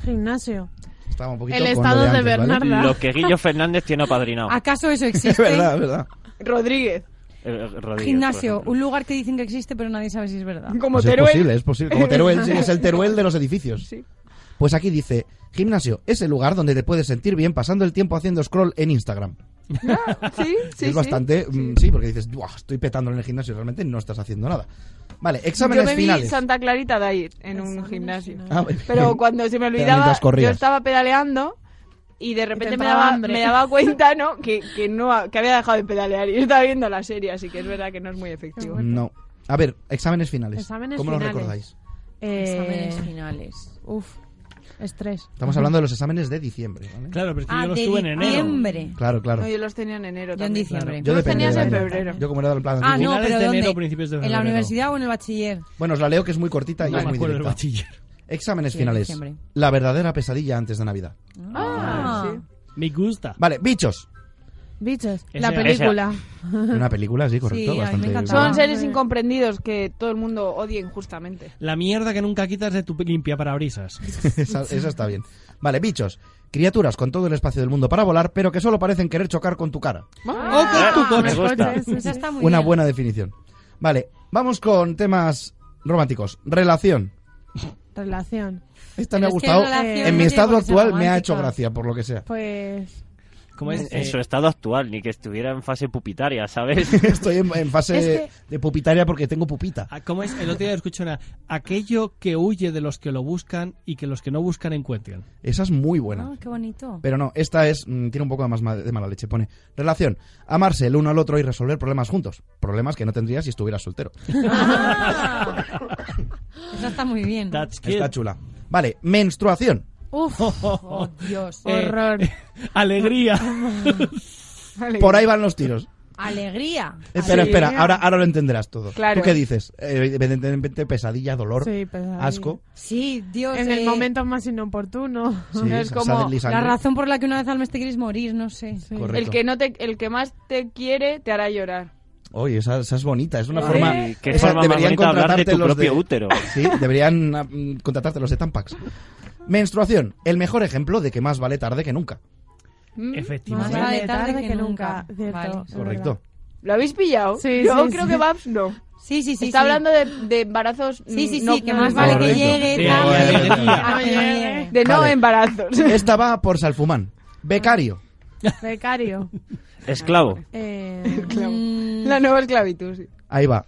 M: Gimnasio.
A: Estaba un poquito
M: El
A: con lo
M: estado de
A: antes, ¿vale?
M: Bernarda.
D: Lo que Guillo Fernández tiene apadrinado.
B: [LAUGHS]
L: ¿Acaso eso [LAUGHS] existe?
A: Es verdad, es verdad.
J: Rodríguez.
D: Eh, eh, Rodríguez,
L: Gimnasio, un lugar que dicen que existe pero nadie sabe si es verdad.
J: Como
A: Pues es posible, es posible.
J: [LAUGHS]
A: Como Teruel, sí, es el Teruel de los edificios. Pues aquí dice, gimnasio es el lugar donde te puedes sentir bien pasando el tiempo haciendo scroll en Instagram.
N: Sí, sí,
A: es
N: sí.
A: bastante, mm, sí, porque dices, "Buah, estoy petando en el gimnasio, realmente no estás haciendo nada. Vale,
N: yo
A: exámenes
N: me vi
A: finales.
N: Santa Clarita de ahí en un gimnasio.
A: Ah, bueno. [LAUGHS]
N: Pero cuando se me
A: Pero
N: olvidaba,
A: mientras corrías.
N: yo estaba pedaleando y de repente me
M: entraba
N: daba,
M: hambre.
N: me daba cuenta ¿no? que, que no que había dejado de pedalear y estaba viendo la serie, así que es verdad que no es muy efectivo.
A: No. A ver, exámenes finales.
M: Exámenes
A: ¿Cómo
M: finales.
A: los recordáis?
L: Eh, Exámenes finales.
M: Uf, estrés.
A: Estamos hablando de los exámenes de diciembre, ¿vale?
B: Claro, pero es que
M: Ah,
B: yo los
M: de
B: tuve en enero.
L: diciembre.
A: Claro, claro.
N: No, yo los tenía en enero.
L: Yo en
N: también.
L: diciembre.
A: Yo
N: los
A: depende
N: tenías
A: del
N: en
A: año.
N: febrero.
A: Yo como era del plan
L: Ah, no,
A: antiguo-
L: pero
B: de
L: ¿dónde?
B: enero, principios de
L: ¿En la
B: febrero.
L: universidad o en el bachiller?
A: Bueno, os la leo que es muy cortita y
B: No
A: es
B: me
A: muy
B: acuerdo del
A: directa.
B: bachiller.
A: Exámenes
L: Sí,
A: finales.
L: diciembre.
A: La verdadera pesadilla antes de Navidad.
M: Ah,
B: Me gusta.
A: Vale, bichos.
M: Bichos,
B: Ese-
M: la película.
A: Una película, sí,
M: Sí,
A: correcto.
M: a mí me
A: bastante...
M: encantaba.
N: Son seres incomprendidos que todo el mundo odia injustamente.
B: La mierda que nunca quitas de tu limpia parabrisas.
A: esa, esa está bien. Vale, bichos. Criaturas con todo el espacio del mundo para volar, pero que solo parecen querer chocar con tu cara.
L: Ah,
B: o Oh, con tu coche.
L: Esa está muy
A: Una
L: bien.
A: buena definición. Vale, vamos con temas románticos. Relación.
M: Relación.
A: Esta me ha gustado. en mi estado actual me ha hecho gracia, por lo que sea. [LAUGHS]
M: Pues.
B: ¿Cómo es?
D: En su estado actual, ni que estuviera en fase pupitaria, ¿sabes?
A: Estoy en, en fase
B: Es
A: de pupitaria porque tengo pupita.
B: Ah, ¿Cómo es? El otro día escuché una. Aquello que huye de los que lo buscan y que los que no buscan encuentren.
A: Esa es muy buena.
L: Ah,
B: [LAUGHS]
L: qué bonito.
A: Pero no, esta es mm, tiene un poco más ma- de mala leche. Pone relación, amarse el uno al otro y resolver problemas juntos. Problemas que no tendrías si estuvieras soltero.
L: Ah. Esa está muy bien.
A: Está chula. Vale, menstruación.
B: [LAUGHS]
M: Uf,
L: oh, Dios.
B: Eh,
L: Horror.
B: Alegría.
A: Por ahí van los tiros.
L: Ah, Alegría.
A: Espera,
L: Alegría.
A: Eh, espera, ahora, ahora lo entenderás todo.
L: Claro.
A: ¿Tú qué dices? Eh, Evidentemente pesadilla, dolor,
M: Sí, pesadilla.
A: asco.
L: Sí, Dios.
M: En el
L: eh,
M: momento más inoportuno.
A: Sí, No, es se ha como deslizado.
L: La razón por la que una vez al mes te quieres morir, no sé.
A: Correcto.
N: El que, no te, el que más te quiere te hará llorar.
A: Oye, esa, esa es bonita, es [LAUGHS] una
N: Eh,
A: forma...
D: qué
A: esa
D: forma más bonita de hablar de tu
A: contratarte los
D: propio útero.
A: Sí, deberían ah, mm, contratarte los de Tampax. Menstruación, el mejor ejemplo de que más vale tarde que nunca.
N: ¿Mm?
B: Efectivamente.
M: Más vale tarde que nunca. Cierto. es
A: Correcto.
N: ¿Lo habéis pillado?
M: Sí,
N: Yo
M: sí,
N: creo
M: sí.
N: que Babs no.
L: Sí, sí, sí.
N: Está
L: sí.
N: hablando de, de embarazos. mm,
L: Sí, sí, sí,
N: no-
L: que
N: no-
L: más vale que
A: Correcto.
L: llegue
A: Sí,
L: tarde.
A: bueno.
L: a que
J: [LAUGHS]
L: no llegue.
N: De no
A: Vale.
N: embarazos. [LAUGHS]
A: Esta va por Salfumán. Becario.
M: Becario.
D: Esclavo.
M: Eh,
N: La nueva esclavitud. sí.
A: Ahí va.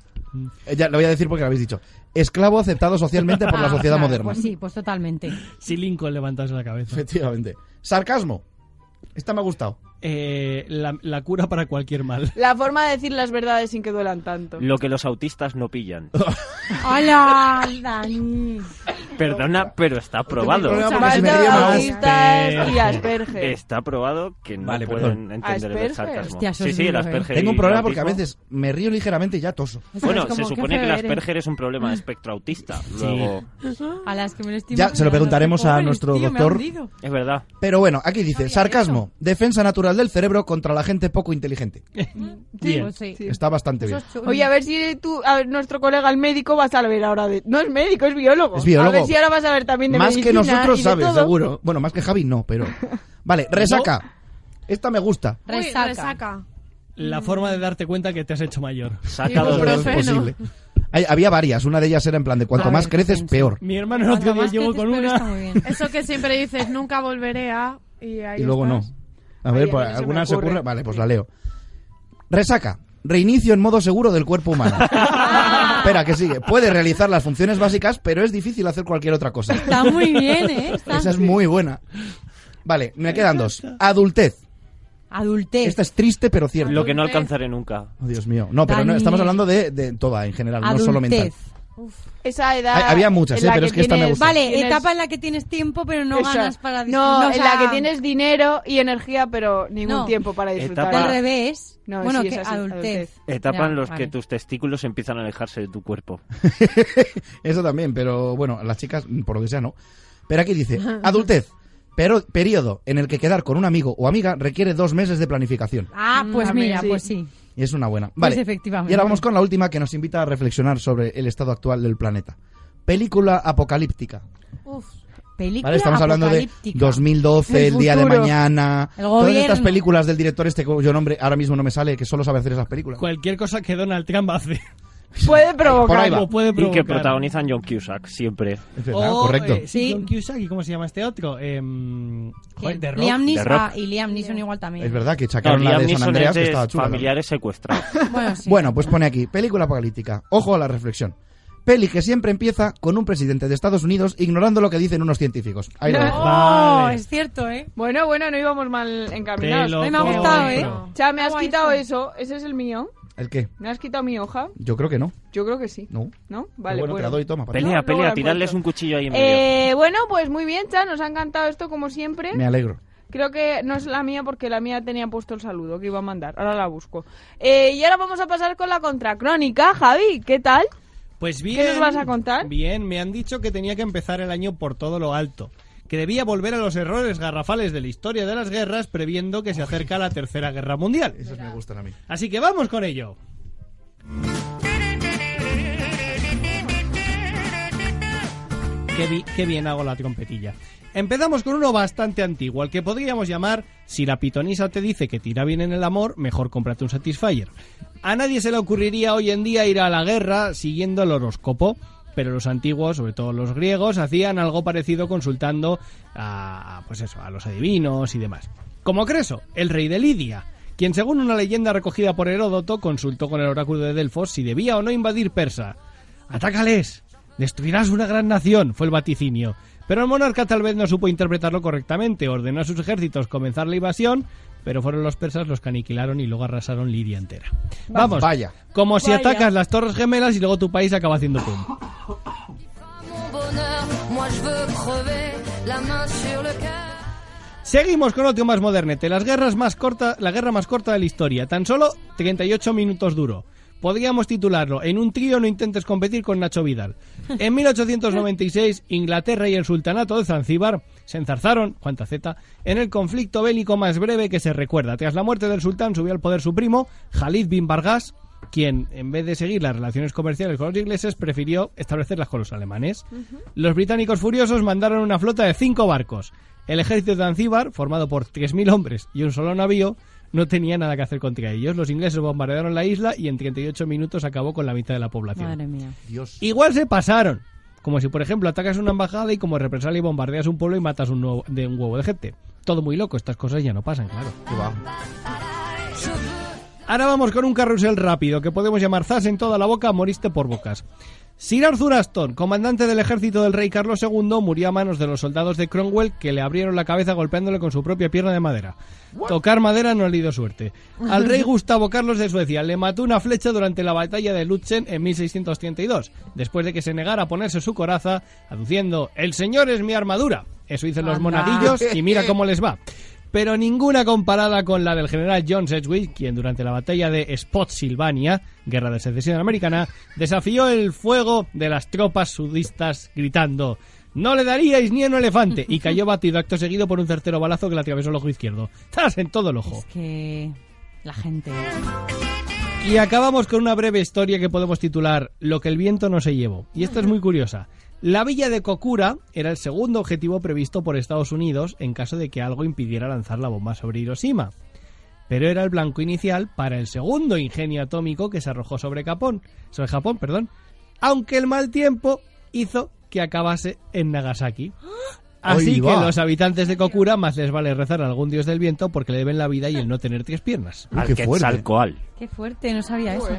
A: Eh, Ya lo voy a decir porque lo habéis dicho. Esclavo aceptado socialmente por la
L: Ah,
A: sociedad
L: claro,
A: moderna.
L: Pues sí, pues totalmente.
B: Si Lincoln levantase la cabeza.
A: Efectivamente. Sarcasmo. Esta me ha gustado.
B: Eh, la, la cura para cualquier mal.
N: La forma de decir las verdades sin que duelan tanto.
D: Lo que los autistas no pillan.
L: ¡Hola, Dani!
D: Perdona, pero está probado.
N: problema porque se me Falta ríe más. autistas y Asperger.
A: este.
D: Está probado que no
A: Vale,
D: pueden
A: perdón.
D: entender
N: Asperger.
D: el sarcasmo.
N: Hostia, eso
D: sí,
N: es
D: sí, el
N: duro,
D: Asperger.
A: Tengo un
D: y
A: problema
D: el
A: porque a
D: autismo-
A: veces me río ligeramente y ya toso.
D: Bueno, se supone que el Asperger es un problema de espectro autista. Luego...
L: A las que me lo estoy
A: Ya, se lo
L: imaginando.
A: preguntaremos a
L: Pobre,
A: nuestro
L: tío, me ha
A: doctor.
L: hundido.
D: Es verdad.
A: Pero bueno, aquí dice, sarcasmo, defensa natural del cerebro contra la gente poco inteligente.
N: Sí,
A: Bien.
N: sí.
A: Está bastante bien.
N: Oye, a ver si tú, a ver, nuestro colega el médico va a saber ahora de... No es médico, es biólogo.
A: Es biólogo.
N: A ver si ahora vas a ver también de
A: Más que
N: medicina y
A: nosotros
N: de
A: sabes,
N: todo.
A: seguro. Bueno, más que Javi no, pero... Vale, resaca. Esta me gusta.
M: uy,
L: Resaca.
M: resaca.
B: La forma de darte cuenta que te has hecho mayor.
D: Saca
A: Todo lo posible. Hay- había varias, una de ellas era en plan de cuanto
B: A
A: más
B: ver,
A: creces, peor.
B: Mi hermano el otro día llegó con una.
M: Eso que siempre dices, nunca volveré a. Y, ahí
A: y luego
M: estás.
A: no. A ver,
M: Ay, a mí no
A: por
M: se
A: alguna
M: me
A: se
M: ocurre.
A: ocurre. Vale, pues la leo. Resaca. Reinicio en modo seguro del cuerpo humano. Espera, que sigue. Puede realizar las funciones básicas, pero es difícil hacer cualquier otra cosa.
L: Está muy bien, ¿eh? Está-
A: Esa es muy buena. Vale, me quedan dos. Adultez.
L: Adultez.
A: Esta es triste, pero cierta.
D: Lo que no alcanzaré nunca.
A: Oh, Dios mío. No, pero no,
L: Dani.
A: estamos hablando de, de toda en general, no solo
L: Adultez.
A: mental.
J: Esa edad.
A: Hay- había muchas,
J: en
A: eh,
J: la
A: pero es que esta me
J: tienes-
A: gusta.
L: Vale,
J: tienes-
L: etapa en la que tienes tiempo, pero no
J: Eso.
L: ganas para disfrutar.
J: No, en la que tienes dinero y energía, pero ningún
L: No.
J: tiempo para disfrutar.
L: Al revés.
J: No,
L: bueno,
J: sí, es
L: que
J: así,
L: adultez.
D: Etapa
L: Ya,
D: en Eh, los
L: vale.
D: que tus testículos empiezan a alejarse de tu cuerpo.
A: Eso también, pero bueno, las chicas, por lo que sea, no. Pero aquí
L: [LAUGHS]
A: dice, adultez, pero periodo en el que quedar con un amigo o amiga requiere dos meses de planificación.
L: Ah, pues
J: También,
L: mira,
J: sí.
L: pues sí.
A: Y es una buena. Vale.
L: Pues efectivamente.
A: Y ahora vamos con la última que nos invita a reflexionar sobre el estado actual del planeta. Película apocalíptica.
L: Uf. Película
A: ¿Vale? Estamos hablando de
L: apocalíptica.
A: 2012, el,
L: El
A: día de
L: futuro.
A: mañana.
L: El
A: Todas estas
L: gobierno.
A: películas del director este cuyo nombre ahora mismo no me sale, que solo sabe hacer esas películas.
B: Cualquier cosa que Donald Trump hace.
J: Puede
A: Por ahí
J: provocar.
A: va.
B: O puede
D: Y que
B: provocar.
D: protagonizan John Cusack, siempre.
A: Es verdad, Ah, correcto.
D: Oh,
B: eh, sí, John Cusack, ¿y cómo se llama este otro? Em, joder, The Rock.
L: Liam Neeson
D: The Rock.
L: ah, y Liam Neeson igual también.
A: Es verdad que sacaron
D: No,
A: la
D: Liam
A: de San
D: Neeson
A: Andreas,
D: es
A: que
D: de
A: estaba chula. ¿no?
D: Familiares secuestrados.
L: Bueno, sí.
A: Bueno, pues pone aquí, película apocalíptica. Ojo a la reflexión. Peli que siempre empieza con un presidente de Estados Unidos ignorando lo que dicen unos científicos. Ahí lo dejo.
L: Oh,
B: Vale.
L: es cierto, ¿eh?
J: Bueno, bueno, no íbamos mal encaminados.
B: Te lo
J: Ay,
L: Me ha gustado, ¿eh?
B: compro.
J: Cha, me has
L: Guay,
J: quitado
L: guay.
J: eso. Ese es el mío.
A: ¿El qué?
J: ¿Me has quitado mi hoja?
A: Yo creo que no.
J: Yo creo que sí.
A: No.
J: ¿No? Vale,
A: bueno, te la doy, toma. para ti.
D: Pelea,
J: luego
D: pelea,
J: la
D: tirarles
J: cuento.
D: un cuchillo ahí en medio.
J: Eh, bueno, pues muy bien, Cha, nos ha encantado esto como siempre.
A: Me alegro.
J: Creo que no es la mía porque la mía tenía puesto el saludo que iba a mandar. Ahora la busco. Eh, y ahora vamos a pasar con la contracrónica, Javi. ¿Qué tal?
B: Pues bien.
J: nos vas a contar?
B: Bien, me han dicho que tenía que empezar el año por todo lo alto. Que debía volver a los errores garrafales de la historia de las guerras previendo que se acerca la Tercera Guerra Mundial.
A: Esos me gustan a mí.
B: Así que vamos con ello. Qué, bi- qué bien hago la trompetilla. Empezamos con uno bastante antiguo, al que podríamos llamar Si la pitonisa te dice que tira bien en el amor, mejor cómprate un Satisfyer. A nadie se le ocurriría hoy en día ir a la guerra siguiendo el horóscopo, pero los antiguos, sobre todo los griegos, hacían algo parecido consultando a, pues eso, a los adivinos y demás. Como Creso, el rey de Lidia, quien según una leyenda recogida por Heródoto consultó con el oráculo de Delfos si debía o no invadir Persa. ¡Atácales! Destruirás una gran nación, fue el vaticinio. Pero el monarca tal vez no supo interpretarlo correctamente, ordenó a sus ejércitos comenzar la invasión, pero fueron los persas los que aniquilaron y luego arrasaron Lidia entera. Vamos,
A: Vaya.
B: como si
J: Vaya.
B: atacas las Torres Gemelas y luego tu país acaba haciendo pum. Seguimos con otro más modernete, las guerras más corta, la guerra más corta de la historia, tan solo 38 minutos duro. Podríamos titularlo En un trío no intentes competir con Nacho Vidal. En 1896, Inglaterra y el Sultanato de Zanzíbar se enzarzaron, Juan Taceta, en el conflicto bélico más breve que se recuerda. Tras la muerte del sultán subió al poder su primo, Khalid bin Bargas, quien, en vez de seguir las relaciones comerciales con los ingleses, prefirió establecerlas con los alemanes. Los británicos furiosos mandaron una flota de cinco barcos. El ejército de Zanzíbar, formado por 3.000 hombres y un solo navío, no tenía nada que hacer contra ellos. Los ingleses bombardearon la isla y en 38 minutos acabó con la mitad de la población.
L: Madre mía.
A: Dios.
B: Igual se pasaron. Como si, por ejemplo, atacas una embajada y como represalia bombardeas un pueblo y matas un nuevo- de un huevo de gente. Todo muy loco, estas cosas ya no pasan, claro. Ahora vamos con un carrusel rápido que podemos llamar Zas en toda la boca, moriste por bocas. Sir Arthur Aston, comandante del ejército del rey Carlos II, murió a manos de los soldados de Cromwell que le abrieron la cabeza golpeándole con su propia pierna de madera. Tocar madera no le dio suerte. Al rey Gustavo Carlos de Suecia le mató una flecha durante la batalla de Lutzen en 1632, después de que se negara a ponerse su coraza, aduciendo El señor es mi armadura. Eso dicen los
L: Anda.
B: monaguillos y mira cómo les va pero ninguna comparada con la del general John Sedgwick, quien durante la batalla de Spotsylvania, guerra de secesión americana, desafió el fuego de las tropas sudistas gritando no le daríais ni a un elefante y cayó batido acto seguido por un certero balazo que le atravesó el ojo izquierdo. ¡Tras en todo el ojo!
L: Es que la gente...
B: Y acabamos con una breve historia que podemos titular Lo que el viento no se llevó. Y esta es muy curiosa. La villa de Kokura era el segundo objetivo previsto por Estados Unidos en caso de que algo impidiera lanzar la bomba sobre Hiroshima. Pero era el blanco inicial para el segundo ingenio atómico que se arrojó sobre Japón, sobre Japón, perdón. Aunque el mal tiempo hizo que acabase en Nagasaki.
A: Ahí
B: Así que
A: va.
B: los habitantes de Kokura más les vale rezar a algún dios del viento porque le deben la vida y el no tener tres piernas.
A: Uy, qué fuerte.
D: Alcohol.
L: Qué fuerte, no sabía eso.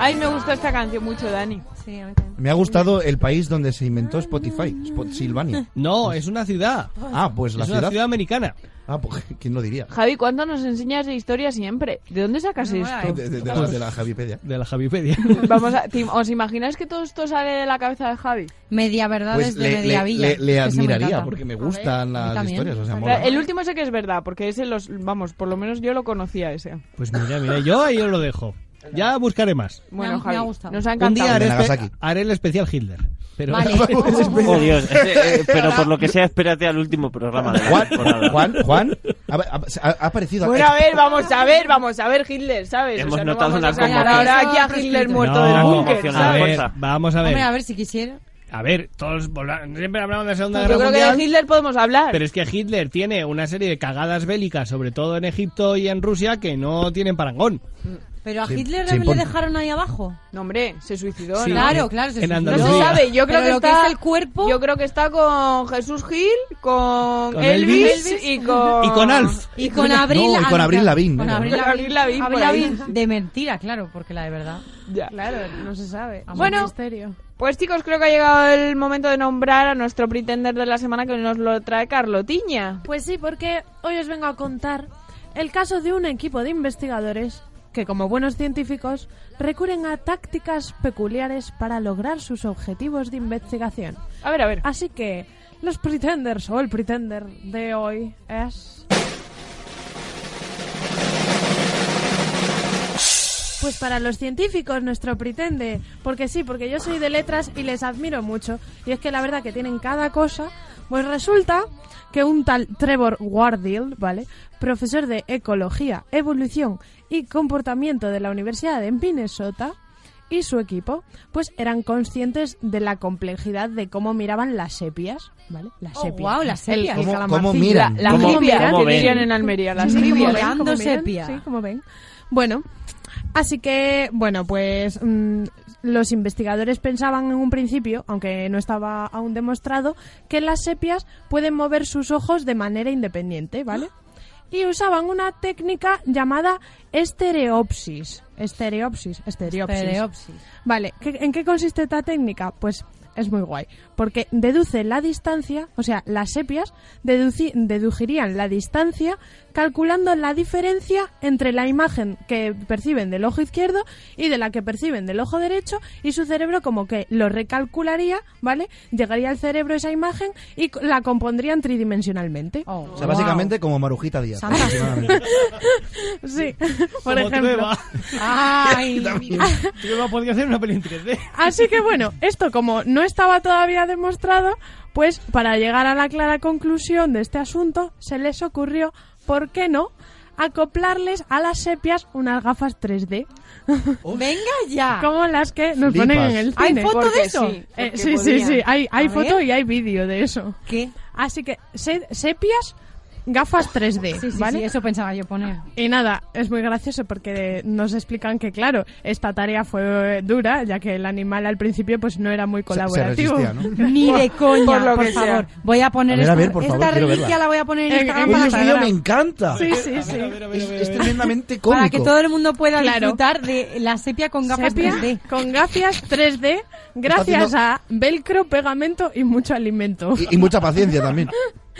J: Ay, me gusta esta canción mucho, Dani.
H: Sí,
A: Me ha gustado el país donde se inventó Spotify, Spotilvania.
B: No, es una ciudad.
A: Ah, pues la
B: es
A: ciudad.
B: una ciudad americana.
A: Ah, pues [LAUGHS] quién lo diría.
J: Javi, ¿cuánto nos enseñas de historia siempre? ¿De dónde sacas esto?
A: De, de- de la, de la Javipedia.
B: De la Javipedia. [LAUGHS]
J: Vamos a- ¿te- ¿Os imagináis que todo esto sale de la cabeza de Javi?
H: Media verdad
A: Pues
H: desde
A: le-
H: Media
A: le-
H: Villa.
A: le- le
H: que se me
A: admiraría,
H: encanta.
A: porque me gustan
H: A mí
A: las
H: también.
A: historias, o sea,
J: O
A: mola.
J: sea, el último sé que es verdad, porque ese los... Vamos, por lo menos yo lo conocía ese.
B: Pues mira, mira, yo ahí os lo dejo. Ya buscaré más.
J: Bueno,
H: me ha
J: Javi,
H: gustado.
J: nos ha
B: Un día
J: encantado.
B: haré,
A: El de
B: espe-
A: Nagasaki.
B: haré el especial Hitler. Pero [LAUGHS]
H: Vale. [LAUGHS]
A: [LAUGHS]
D: Oh, Dios. [LAUGHS] eh, eh, pero por lo que sea, espérate al último programa. de la
A: Juan,
D: temporada.
A: Juan, Juan, ha, ha- ha- ha aparecido
J: Bueno, a ver, vamos a ver, vamos a ver Hitler, ¿sabes?
D: Hemos
J: o sea, no
D: notado
J: vamos
D: una
J: a sacar
D: conmoción.
J: ahora aquí a
H: Eso
J: Hitler
H: prescrito.
J: [LAUGHS] muerto
D: No,
J: del
D: una
J: búnker,
D: conmoción,
B: a
J: ¿sabes?
B: ver,
D: Fuerza.
B: vamos a
H: Hombre, a
B: ver.
H: ver si quisiera.
B: A ver, todos volan- siempre hablamos de la Segunda
J: Yo
B: Guerra
J: creo que de
B: Mundial.
J: Hitler podemos hablar.
B: Pero es que Hitler tiene una serie de cagadas bélicas, sobre todo en Egipto y en Rusia, que no tienen parangón.
H: Pero a
A: Sí,
H: Hitler
A: sí,
H: le
A: pon-
H: dejaron ahí abajo.
J: No, hombre, se suicidó,
B: Sí.
J: ¿no?
H: Claro, claro. se
B: En
H: suicidó.
J: No se
B: Sí.
J: sabe, yo creo
H: Pero
J: que
H: lo
J: está
H: es el cuerpo.
J: Yo creo que está con Jesús Gil, con,
B: Con
J: Elvis,
B: Elvis.
J: y con
B: Y con Alf.
H: Y con Abril
A: No, y con Avril Lavigne,
H: Con
A: venga.
H: Abril Lavigne.
J: Con Avril Lavigne,
H: Avril
J: por ahí.
H: Lavigne de mentira, claro, porque la de verdad.
J: Ya.
P: Claro, no se sabe.
H: Amor
J: Bueno.
P: misterio.
J: Pues chicos, creo que ha llegado el momento de nombrar a nuestro pretender de la semana que nos lo trae Carlotiña.
L: Pues sí, porque hoy os vengo a contar el caso de un equipo de investigadores que, como buenos científicos, recurren a tácticas peculiares para lograr sus objetivos de investigación.
J: A ver, a ver.
L: Así que los pretenders o el pretender de hoy es... Pues para los científicos nuestro pretende, porque sí, porque yo soy de letras y les admiro mucho, y es que la verdad que tienen cada cosa, pues resulta que un tal Trevor Wardill, ¿vale? Profesor de Ecología, Evolución y Comportamiento de la Universidad de Minnesota, y su equipo, pues eran conscientes de la complejidad de cómo miraban las sepias, ¿vale? Las
H: Oh,
L: sepias.
H: guau, las sepias.
L: El- el
A: ¿Cómo,
L: calamarcillo.
A: cómo miran?
J: La
D: ¿Cómo-
J: trivia,
D: cómo
J: que
D: ven?
J: dirían en Almería, la
L: Sí, sí,
J: trivia.
L: como ven, como
H: Mirando
L: miran,
H: sepia.
L: Sí, como ven. Bueno, así que, bueno, pues mm, los investigadores pensaban en un principio, aunque no estaba aún demostrado, que las sepias pueden mover sus ojos de manera independiente, ¿vale? Y usaban una técnica llamada estereopsis. Estereopsis, estereopsis.
H: Estereopsis.
L: Vale, ¿qué- ¿en qué consiste esta técnica? Pues es muy guay, porque deduce la distancia, o sea, las sepias deduci- deducirían la distancia calculando la diferencia entre la imagen que perciben del ojo izquierdo y de la que perciben del ojo derecho y su cerebro como que lo recalcularía, ¿vale? Llegaría al cerebro esa imagen y co- la compondrían tridimensionalmente.
H: Oh,
A: O sea, básicamente como Marujita Díaz.
H: Santa.
A: aproximadamente. [LAUGHS]
H: [LAUGHS]
L: Sí, por
B: Como
L: ejemplo.
B: Trueba. [LAUGHS]
H: wow. Ay.
B: Trueba podría hacer una peli en 3D.
L: Así que bueno, esto como no estaba todavía demostrado, pues para llegar a la clara conclusión de este asunto, se les ocurrió, ¿por qué no?, acoplarles a las sepias unas gafas 3D,
H: [LAUGHS] Venga ya.
L: como las que nos
A: Flipas.
L: ponen en el
H: ¿Hay
L: cine.
H: foto de
J: Porque
H: eso?
J: sí.
L: Eh,
J: porque
L: sí, sí,
J: podían.
L: sí, hay, hay
H: A
L: foto
H: ver.
L: y hay vídeo de eso.
H: ¿Qué?
L: Así que se- sepias, gafas 3D,
H: Sí, sí,
L: ¿vale?
H: sí, eso pensaba yo poner.
L: Y nada, es muy gracioso porque nos explican que, claro, esta tarea fue dura, ya que el animal al principio pues no era muy
A: se
L: colaborativo.
A: resistía, ¿no?
H: [LAUGHS] Ni de coña, por,
J: por lo que sea.
H: favor. Voy a poner
A: A ver,
H: esta,
A: a ver, por
H: esta
A: favor, quiero
H: reliquia
A: verla.
H: la voy a poner
L: En-
H: en Instagram
L: Eh,
A: Oye,
L: en
H: para,
A: ese
L: Instagram.
A: vídeo
H: para-
A: me encanta.
L: Sí, sí,
B: A ver, a
L: sí.
B: ver, a ver, a
A: Es,
B: ver,
A: es
B: a ver.
A: tremendamente cómico.
H: para que todo el mundo pueda
L: Claro.
H: disfrutar de la sepia con gafas
L: Sepia
H: 3D.
L: con gafas 3D, gracias
A: haciendo-
L: a velcro, pegamento y mucho alimento. [LAUGHS]
A: Y, y mucha paciencia también.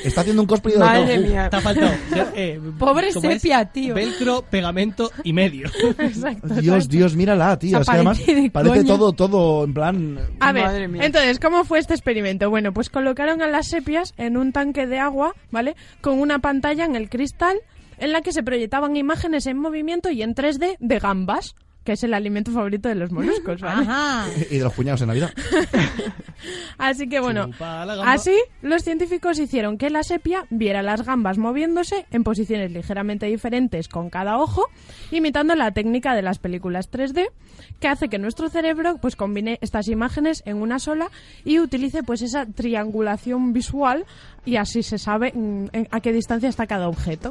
A: Está haciendo un cosplay de
J: [LAUGHS] Madre
A: Doctor Who.
J: mía.
B: Te ha faltado. Eh,
H: Pobre
B: ¿cómo es?
H: sepia, tío.
B: Velcro, pegamento y medio.
L: Exacto.
A: Dios, Dios, mírala, tío.
H: O
A: Es que
H: sea,
A: además
H: parece de
A: parece
H: coña.
A: todo, todo en plan.
L: A ver,
J: Madre mía.
L: entonces, ¿cómo fue este experimento? Bueno, pues colocaron a las sepias en un tanque de agua, ¿vale? Con una pantalla en el cristal en la que se proyectaban imágenes en movimiento y en 3D de gambas, que es el alimento favorito de los moluscos, ¿vale?
H: Ajá.
A: eh, Y de los cuñados en Navidad.
L: Así que bueno,
B: Chupa la gamba.
L: así los científicos hicieron que la sepia viera las gambas moviéndose en posiciones ligeramente diferentes con cada ojo, imitando la técnica de las películas 3D, que hace que nuestro cerebro pues combine estas imágenes en una sola y utilice pues esa triangulación visual y así se sabe mm, en- a qué distancia está cada objeto.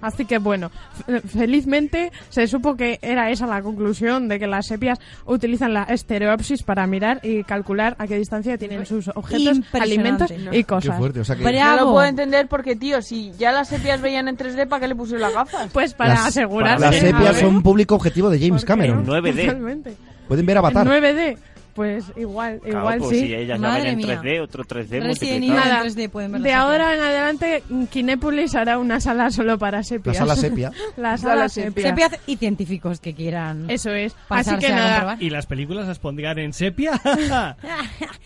L: Así que bueno, f- [LAUGHS] felizmente se supo que era esa la conclusión de que las sepias utilizan la estereopsis para mirar y calcular a qué distancia tienen sus objetos,
H: Impresionante,
L: alimentos
H: ¿no?
L: y
A: Qué
L: cosas.
A: fuerte. O sea que.
H: Brea-
J: No lo
H: Bravo.
J: puedo entender porque, tío, si ya las sepias veían en 3D, ¿para qué le pusieron las gafas?
L: Pues para
A: Las-
L: asegurarse.
A: Las
L: a
A: sepias
L: ver,
A: son público objetivo de James
L: porque-
A: Cameron.
D: no? 9D.
L: Totalmente.
A: Pueden ver Avatar.
Q: En 9D. Pues igual,
D: Claro,
Q: igual
D: pues
Q: sí.
D: si ellas la ven en 3D, otro 3D
Q: Resident Evil
D: multiplicado.
Q: Nada.
L: 3D pueden verla
Q: De
L: siempre.
Q: ahora en adelante, Kinépolis hará una sala solo para sepias.
A: La sala sepia.
Q: la
L: Las
Q: sala
L: alas
Q: sepia.
L: sepias y científicos que quieran.
Q: Eso es. Así
L: Pasarse
Q: que
L: a
Q: nada.
L: comprobar.
B: ¿Y las películas las pondrían en sepia?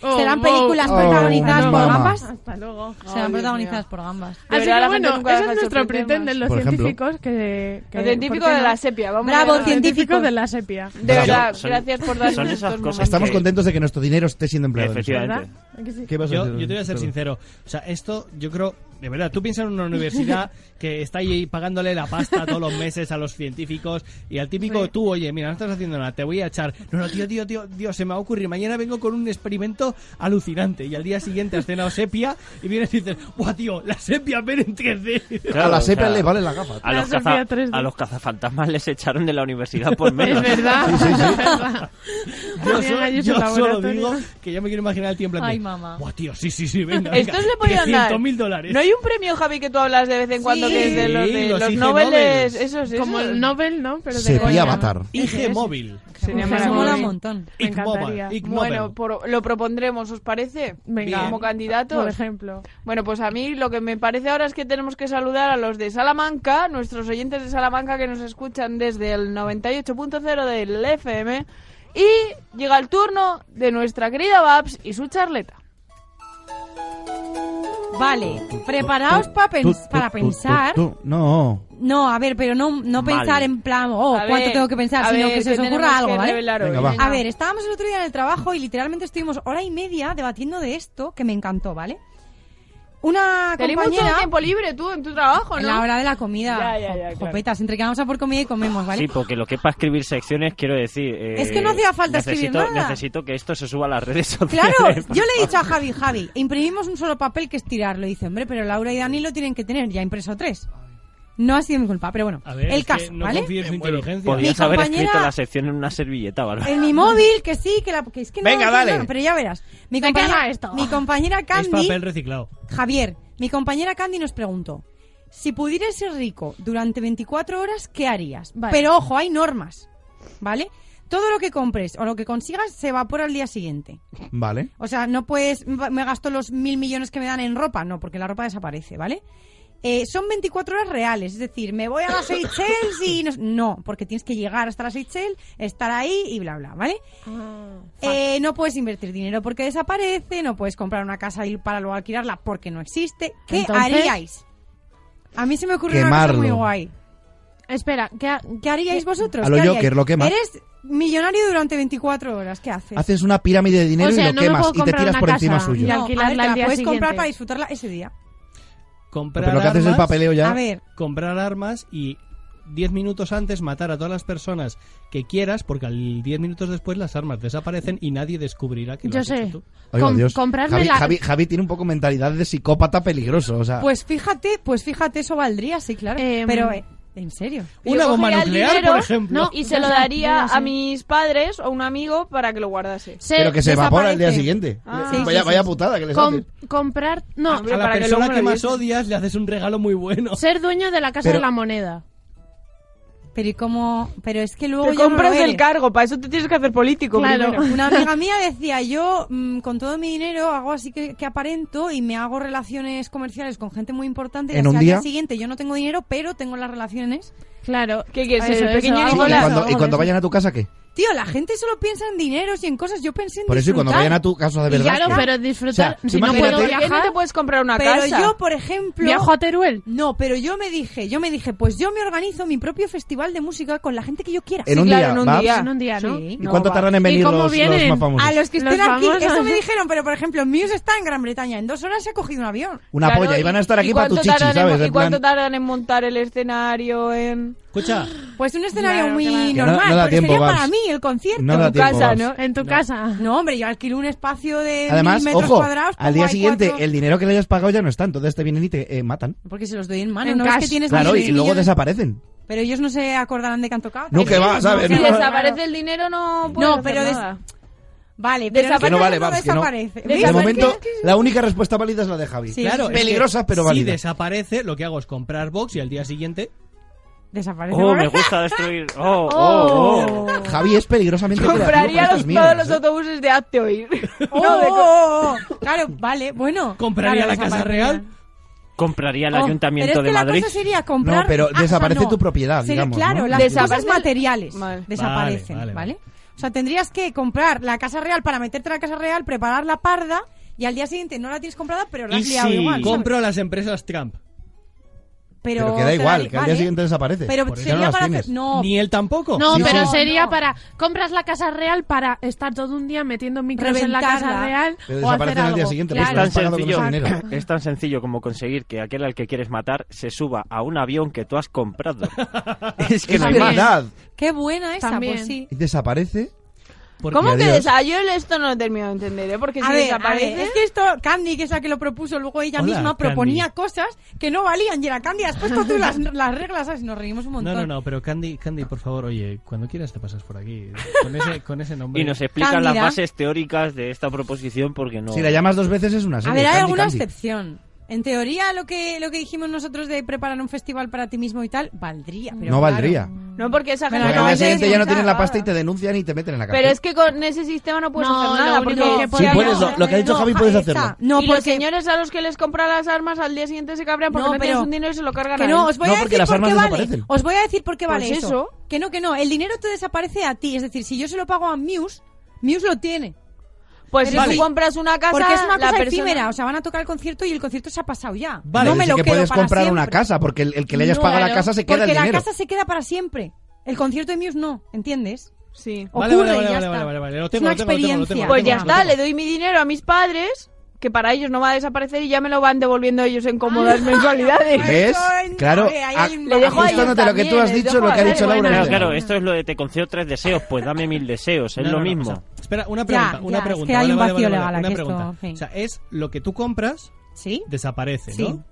Q: Oh,
L: Serán
Q: wow.
L: películas
B: Oh,
L: protagonizadas por
B: mamá.
L: gambas.
Q: Hasta luego.
L: Serán protagonizadas por gambas.
Q: Así que bueno, ese es nuestro pretender, los
A: Por ejemplo.
Q: científicos que, que...
J: Los científicos
Q: ¿por qué
J: de
Q: no?
J: la sepia, vamos a
Q: Bravo,
J: ver los
Q: científicos
J: científicos.
Q: de la sepia.
J: De
A: Bravo.
J: verdad,
A: Son-
J: gracias por darnos
D: son esas
J: estos
D: cosas
J: momentos.
A: Estamos
D: que-
A: contentos de que nuestro dinero esté siendo empleado. en eso.
D: Efectivamente.
A: ¿Qué vas a
B: yo,
A: hacer?
B: yo te voy a ser
A: Perdón.
B: sincero. O sea, esto, yo creo, de verdad, tú piensas en una universidad que está ahí pagándole la pasta todos los meses a los científicos y al típico tú, oye, mira, no estás haciendo nada, te voy a echar. No, no, tío, tío, tío, tío, se me va a ocurrir. Mañana vengo con un experimento alucinante y al día siguiente has cenado sepia y vienes y dices, guau, tío, la sepia ven en 3D.
A: A la sepia le vale la gafa.
D: A
B: La
D: los,
B: Sofía
D: caza-
B: 3D.
D: a los cazafantasmas les echaron de la universidad
L: [LAUGHS]
D: por menos.
Q: Es verdad. es verdad.
B: Yo,
Q: También
B: solo-
Q: hay
B: yo
Q: su
B: solo
Q: laboratorio.
B: digo que ya me quiero imaginar el tiempo en plan
R: Ay,
B: de,
R: mamá.
B: Buah, tío, sí, sí, sí, venga. venga,
J: Estos le podrían dar.
B: 300.000 dólares.
J: No hay un premio, Javi, que tú hablas de vez en cuando, que es de los,
B: Sí,
J: de
B: los
J: los
B: IG
J: noveles,
B: Nobels.
J: esos, esos.
Q: Como el Nobel, ¿no? Pero de
A: Sepia
Q: Goya, ¿no?
A: Avatar.
B: IG móvil.
J: Sería
Q: Mola
J: maravilloso.
Q: un
L: montón.
Q: Me
B: Ig Mobile,
Q: encantaría.
B: Ig
J: Bueno, pues,
B: Nobel.
J: por- lo propondremos, ¿os parece?
Q: Venga.
J: Como candidatos.
Q: Por ejemplo.
J: Bueno, pues a mí lo que me parece ahora es que tenemos que saludar a los de Salamanca, nuestros oyentes de Salamanca que nos escuchan desde el 98.0 del FM. Y llega el turno de nuestra querida Babs y su charleta.
L: Vale, preparaos pa pens-
A: Tú, tú,
L: para
A: tú,
L: pensar.
A: tú, tú. No.
L: No, a ver, pero no, no
A: Vale.
L: pensar en plan, oh,
J: A
L: ¿cuánto
J: ver,
L: tengo que pensar?
J: a
L: Sino
J: ver,
L: que
J: que
L: se os
J: tenemos
L: ocurra algo,
J: que
L: ¿vale?
J: revelar
A: hoy. Venga, va.
L: A ver, estábamos el otro día en el trabajo y literalmente estuvimos hora y media debatiendo de esto, que me encantó, ¿vale? Una
J: Tenemos mucho
L: compañera...
J: tiempo libre tú en tu trabajo,
L: En
J: ¿no?
L: la hora de la comida.
J: Ya, ya, ya,
L: Jo-
J: claro.
L: Jopetas, entre que vamos a por comida y comemos, ¿vale?
D: Sí, porque lo que es para escribir secciones, quiero decir... eh,
L: Es que no hacía falta escribir
D: necesito-
L: nada.
D: Necesito que esto se suba a las redes sociales.
B: [LAUGHS]
D: [LAUGHS]
L: Claro,
D: por
L: yo le he
D: favor.
L: dicho a Javi, Javi, imprimimos un solo papel que es tirarlo. Y dice, hombre, pero Laura y Dani lo tienen que tener, ya ha impreso tres. No ha sido mi culpa, pero bueno,
B: A ver,
L: el
B: es
L: caso,
B: que no
L: ¿vale?
B: confío en su
A: Pues
B: inteligencia.
D: Podrías
L: Mi
D: haber
L: compañera-
D: escrito la sección en una servilleta, Bárbara.
L: En mi móvil, que sí, que, la, que es que no.
D: Venga,
L: no,
D: vale.
L: no, pero ya verás. Mi
Q: Me
L: compañera,
Q: caga esto.
L: mi compañera
B: Es
L: Candy,
B: papel reciclado.
L: Javier, mi compañera Candy nos preguntó, si pudieras ser rico durante 24 horas, ¿qué harías?
Q: Vale.
L: Pero ojo, hay normas, ¿vale? Todo lo que compres o lo que consigas se evapora al día siguiente.
A: Vale.
L: O sea, no puedes, m- me gasto los mil millones que me dan en ropa, no, porque la ropa desaparece, ¿vale? Eh, son 24 horas reales, es decir, me voy a las Seychelles y... No, no, porque tienes que llegar hasta las Seychelles, estar ahí y bla, bla, ¿vale? Eh, no puedes invertir dinero porque desaparece, no puedes comprar una casa y para luego alquilarla porque no existe. ¿Qué
Q: Entonces-
L: haríais? A mí se me ocurrió una cosa muy
A: Quemarlo.
L: guay.
Q: Espera, ¿qué, ha-
L: ¿Qué haríais vosotros?
A: A lo
L: ¿Qué haríais?
A: Joker, lo quemas.
L: Eres millonario durante 24 horas, ¿qué haces?
A: Haces una pirámide de dinero
Q: O sea,
A: y lo
Q: no me
A: quemas
Q: puedo
A: y te
Q: comprar
A: tiras
Q: una
A: por encima
Q: casa.
A: suyo.
Q: Ya.
L: No, a
Q: alquilarla
L: ver, te
Q: al
L: la
Q: día
L: puedes comprar
Q: siguiente.
L: para disfrutarla ese día.
B: Comprar
A: Pero lo que haces es el
B: armas-
A: papeleo Oh, ya.
L: A ver,
B: comprar armas y 10 minutos antes matar a todas las personas que quieras, porque al 10 minutos después las armas desaparecen y nadie descubrirá que lo
Q: Yo
B: has
Q: sé.
B: hecho tú.
A: Ay,
Q: com-
A: Dios.
Q: comprarme
A: Javi,
Q: la-
A: Javi- Javi tiene un poco mentalidad de psicópata peligroso. O sea,
L: pues fíjate, pues fíjate, eso valdría, sí, claro.
Q: Em,
L: Pero, eh, en serio.
J: Yo
B: Una bomba
J: cogería el
B: nuclear,
J: dinero
B: por ejemplo.
Q: no,
J: Y se lo
Q: Ya sé, ya
J: daría
Q: sé.
J: a mis padres o un amigo para que lo guardase.
Q: Se-
A: pero que se evapora el día
L: eh, desaparece.
A: siguiente.
J: Ah.
A: Le-
J: Sí,
A: vaya,
L: sí,
A: vaya
L: sí.
A: putada que les
Q: com-
A: haces.
Q: comprar... No,
J: Hombre,
B: a la
J: para que el
B: persona
J: hombre
B: que
J: lo
B: más
J: viese.
B: odias le haces un regalo muy bueno.
Q: ser dueño de la Casa
A: Pero-
Q: de la Moneda.
L: Pero ¿y cómo? Pero es que luego
J: Te
L: ya no
J: compras
L: lo
J: el
L: eres.
J: cargo, para eso te tienes que hacer político.
Q: Claro.
J: primero.
L: Una amiga mía decía, yo mm, con todo mi dinero hago así que, que aparento y me hago relaciones comerciales con gente muy importante. y
A: ¿En
L: así
A: un
L: al día
A: día?
L: siguiero yo no tengo dinero, pero tengo las relaciones.
Q: Claro.
J: ¿Qué quieres,
Q: Eso,
J: el
Q: eso,
J: pequeño
Q: hago
A: Y
J: Nicolás?
Q: eso,
A: cuando, y
Q: hago
A: cuando
Q: eso.
A: vayan a tu casa, ¿qué?
L: Tío, la gente solo piensa en dineros y en cosas. Yo pensé en
A: Por eso, y cuando
L: disfrutar.
A: vayan a tu casa de
Q: Y
A: verdad.
Q: Claro,
A: ¿qué?
Q: pero disfrutar.
A: O sea,
Q: si no
A: tú imagínate-
Q: puedo
J: ¿Por qué no
Q: viajar,
J: te puedes comprar una
L: Pero
J: casa?
L: yo, por ejemplo...
Q: viajo a Teruel.
L: No, pero yo me dije, yo me dije, pues yo me organizo mi propio festival de música con la gente que yo quiera.
A: En un
J: claro,
A: día,
J: en un
A: Babs.
J: día.
Q: En un día, ¿no?
L: Sí.
A: ¿Y cuánto
J: va.
A: tardan en
Q: ¿Y
A: venir
Q: cómo
A: los, los
Q: vienen?
A: más famosos?
L: A los que
Q: Los
L: estén aquí,
Q: famosos.
L: eso me dijeron, pero por ejemplo, Muse está en Gran Bretaña, en dos horas se ha cogido un avión.
A: Una
J: Claro,
A: polla, y van a estar
J: ¿y
A: aquí para tu
J: cuánto
A: chichi,
J: tardan en-
A: ¿sabes?
J: ¿Y
A: En
J: cuánto
A: plan,
J: tardan en montar el escenario en
B: Escucha,
L: Pues un escenario
Q: Claro,
L: muy
Q: claro.
A: Que no-
L: normal,
A: no da
L: pero
A: tiempo,
L: sería
A: Babs.
L: para mí el concierto.
A: No da
J: tu
A: tiempo,
J: casa,
A: Babs.
J: no?
Q: En tu casa.
L: No, hombre, yo alquilo un espacio de
A: Además,
L: mil metros
A: ojo,
L: cuadrados.
A: al
L: pongo
A: día
L: ahí
A: siguiente
L: cuatro-
A: el dinero que le hayas pagado ya no está, entonces te vienen y te eh, matan.
L: Porque se los doy en mano,
Q: En
L: no es
Q: cash.
L: que tienes
A: Claro, y
L: millones,
A: luego
L: millones.
A: desaparecen.
L: Pero ellos no se acordarán de que han tocado.
A: No, que va,
L: Ellos
A: ¿sabes?
L: se
J: Si
A: No.
L: acordarán.
J: desaparece el dinero no puedes
L: No,
J: hacer
L: pero des-
J: nada.
L: Vale, pero
J: Desaparece.
A: Que no vale,
L: no
A: Babs, que no.
L: desaparece. ¿Ves?
A: De
L: ¿Por qué?
A: momento, la única respuesta válida es la de Javi.
L: Sí.
B: claro, es que
A: Peligrosa, pero válida.
B: Si desaparece, lo que hago es comprar box y al día siguiente
L: Desaparece.
D: Oh,
L: [LAUGHS] por-
D: me gusta destruir. Oh, oh, oh.
A: Javi es peligrosamente
N: Compraría
A: creativo
N: los,
A: con estas
N: todos los autobuses
A: mierdas,
N: de Hazte Oír.
L: Oh, oh, oh. Claro, vale, bueno.
B: ¿Compraría
L: Claro,
B: la Casa
L: desaparecería.
B: Real?
D: Compraría el
L: Oh,
D: ayuntamiento
L: pero es
D: de
L: que la
D: Madrid.
L: cosa sería comprar.
A: No, pero
L: Ah, o sea,
A: desaparece
L: no.
A: tu propiedad,
L: Sería-
A: digamos,
L: Claro,
A: ¿no?
L: las
N: Desaparece-
L: cosas materiales
N: Vale.
L: desaparecen,
B: Vale,
L: vale,
B: vale,
L: O sea, tendrías que comprar la casa real para meterte a la casa real, preparar la parda y al día siguiente no la tienes comprada, pero la
D: Y
L: has liado
D: si
L: igual. ¿sabes?
B: Compro a las empresas Trump.
L: Pero,
A: Pero que da
L: te la
A: igual,
L: li-
A: que al
L: vale.
A: día siguiente desaparece.
L: Pero
A: Por eso
L: sería
A: no las
L: para
A: tienes.
L: hacer- No.
B: Ni él tampoco.
M: No,
A: Sí,
M: pero
A: sí.
M: sería
L: No.
M: para compras la casa real para estar todo un día metiendo micros en la
L: Reventarla.
M: casa real
A: Pero
M: o hacer
A: desaparecen al
M: algo.
A: día siguiente,
M: Claro.
A: pues,
D: Es tan,
A: Estás pagando con
D: sencillo,
A: ese dinero.
D: es tan sencillo como conseguir que aquel al que quieres matar se suba a un avión que tú has comprado. es que
A: Es
D: no hay más.
A: verdad.
L: Qué buena esa,
M: También.
L: pues sí.
A: Y Desaparece.
B: Porque-
N: ¿Cómo que
A: Adiós.
N: desayuno? Esto no lo termino de entender, ¿eh? Porque
L: A
N: si
L: ver,
N: desaparece...
L: a ver, es que esto, Candy, que es la que lo propuso, luego ella
B: Hola,
L: misma
B: Candy.
L: proponía cosas que no valían. Y era Candy, has puesto tú
A: [LAUGHS]
L: las, las reglas, ¿sabes? Y Nos reímos un
B: No,
L: montón.
B: no, no, pero Candy, Candy, por favor, oye, cuando quieras te pasas por aquí. Con ese, con ese
N: [LAUGHS]
B: nombre.
D: Y nos explican las
L: Cándida.
D: bases teóricas de esta proposición porque no.
A: Si la llamas dos veces es una
L: A
A: serie.
L: ver, hay
A: Candy,
L: alguna
A: Candy.
L: excepción. En teoría, lo que, lo que dijimos nosotros de preparar un festival para ti mismo y tal, valdría. pero
A: No
L: claro.
A: valdría.
N: No, porque esa gente...
A: Porque
L: Pero
A: al
L: acabas
A: día
L: de
A: siguiente ya no tienen la pasta y
N: desmontada.
A: te denuncian y te meten en la cárcel.
N: Pero es que con ese sistema no puedes
M: No,
N: hacer
M: lo
N: nada.
M: único
N: porque
M: que
N: si
M: podrías
N: hay
A: puedes,
N: algo-
A: lo- lo que ha dicho Javi, puedes
L: esa.
A: hacerlo.
L: No,
N: y los
L: porque...
N: señores a los que les compra las armas al día siguiente se cabrean porque
L: No,
N: no, tienes
L: pero-
N: un dinero y se lo cargan
L: Que
N: a
L: no,
N: él.
L: os voy
A: No,
L: a
A: porque
L: decir
A: las
L: por
A: armas
L: qué
A: desaparecen.
L: vale. Os voy a decir por qué
N: Pues
L: vale eso.
N: eso.
L: Que no, que no. El dinero te desaparece a ti. Es decir, si yo se lo pago a Muse, Muse lo tiene.
N: Pues si
L: Pero
N: tú
L: sí.
N: compras una casa,
L: Porque es una
N: la
L: cosa
N: persona...
L: efímera. O sea, van a tocar el concierto y el concierto se ha pasado ya.
B: Vale,
A: Pero
L: no me
A: sí
L: lo
A: que
L: quedo
A: puedes
L: para
A: comprar una
L: siempre.
A: casa porque el, el que le hayas
M: No,
A: pagado la
M: claro.
A: casa se queda
L: Porque
A: el
L: la
A: dinero.
L: casa se queda para siempre. El concierto de Muse no, ¿entiendes?
N: Sí.
B: Vale,
L: Ocurre
B: vale, vale,
L: y ya
B: vale,
L: está.
B: vale, vale, vale, lo
L: Es
B: tengo,
L: una
B: lo tengo, lo tengo, lo tengo,
L: experiencia.
B: lo
N: Pues ya
B: Vale,
N: está,
B: vale.
N: le doy mi dinero a mis padres, que para ellos no va a desaparecer y ya me lo van devolviendo ellos en cómodas mensualidades.
A: ¿Ves?
L: Ay,
A: Claro,
L: ay, ay,
A: ah, ajustándote
L: le
N: dejo ahí
A: lo que tú
N: también,
A: has
N: le
A: dicho,
N: dejo
A: lo que ha
N: ahí,
A: dicho
N: bueno.
A: Laura.
D: Claro,
A: es
D: claro,
A: verdad.
D: esto es lo de te concedo tres deseos, pues dame mil deseos, es
B: No,
D: lo
B: no, no,
D: mismo.
B: o sea, espera, una pregunta,
L: Ya,
B: una
L: ya, es
B: pregunta.
L: que hay
B: vale,
L: un
B: vale,
L: vacío
B: vale,
L: legal
B: vale,
L: aquí,
B: una pregunta.
L: esto, sí.
B: O sea, es lo que tú compras
L: ¿Sí?
B: desaparece,
L: Sí.
B: ¿no?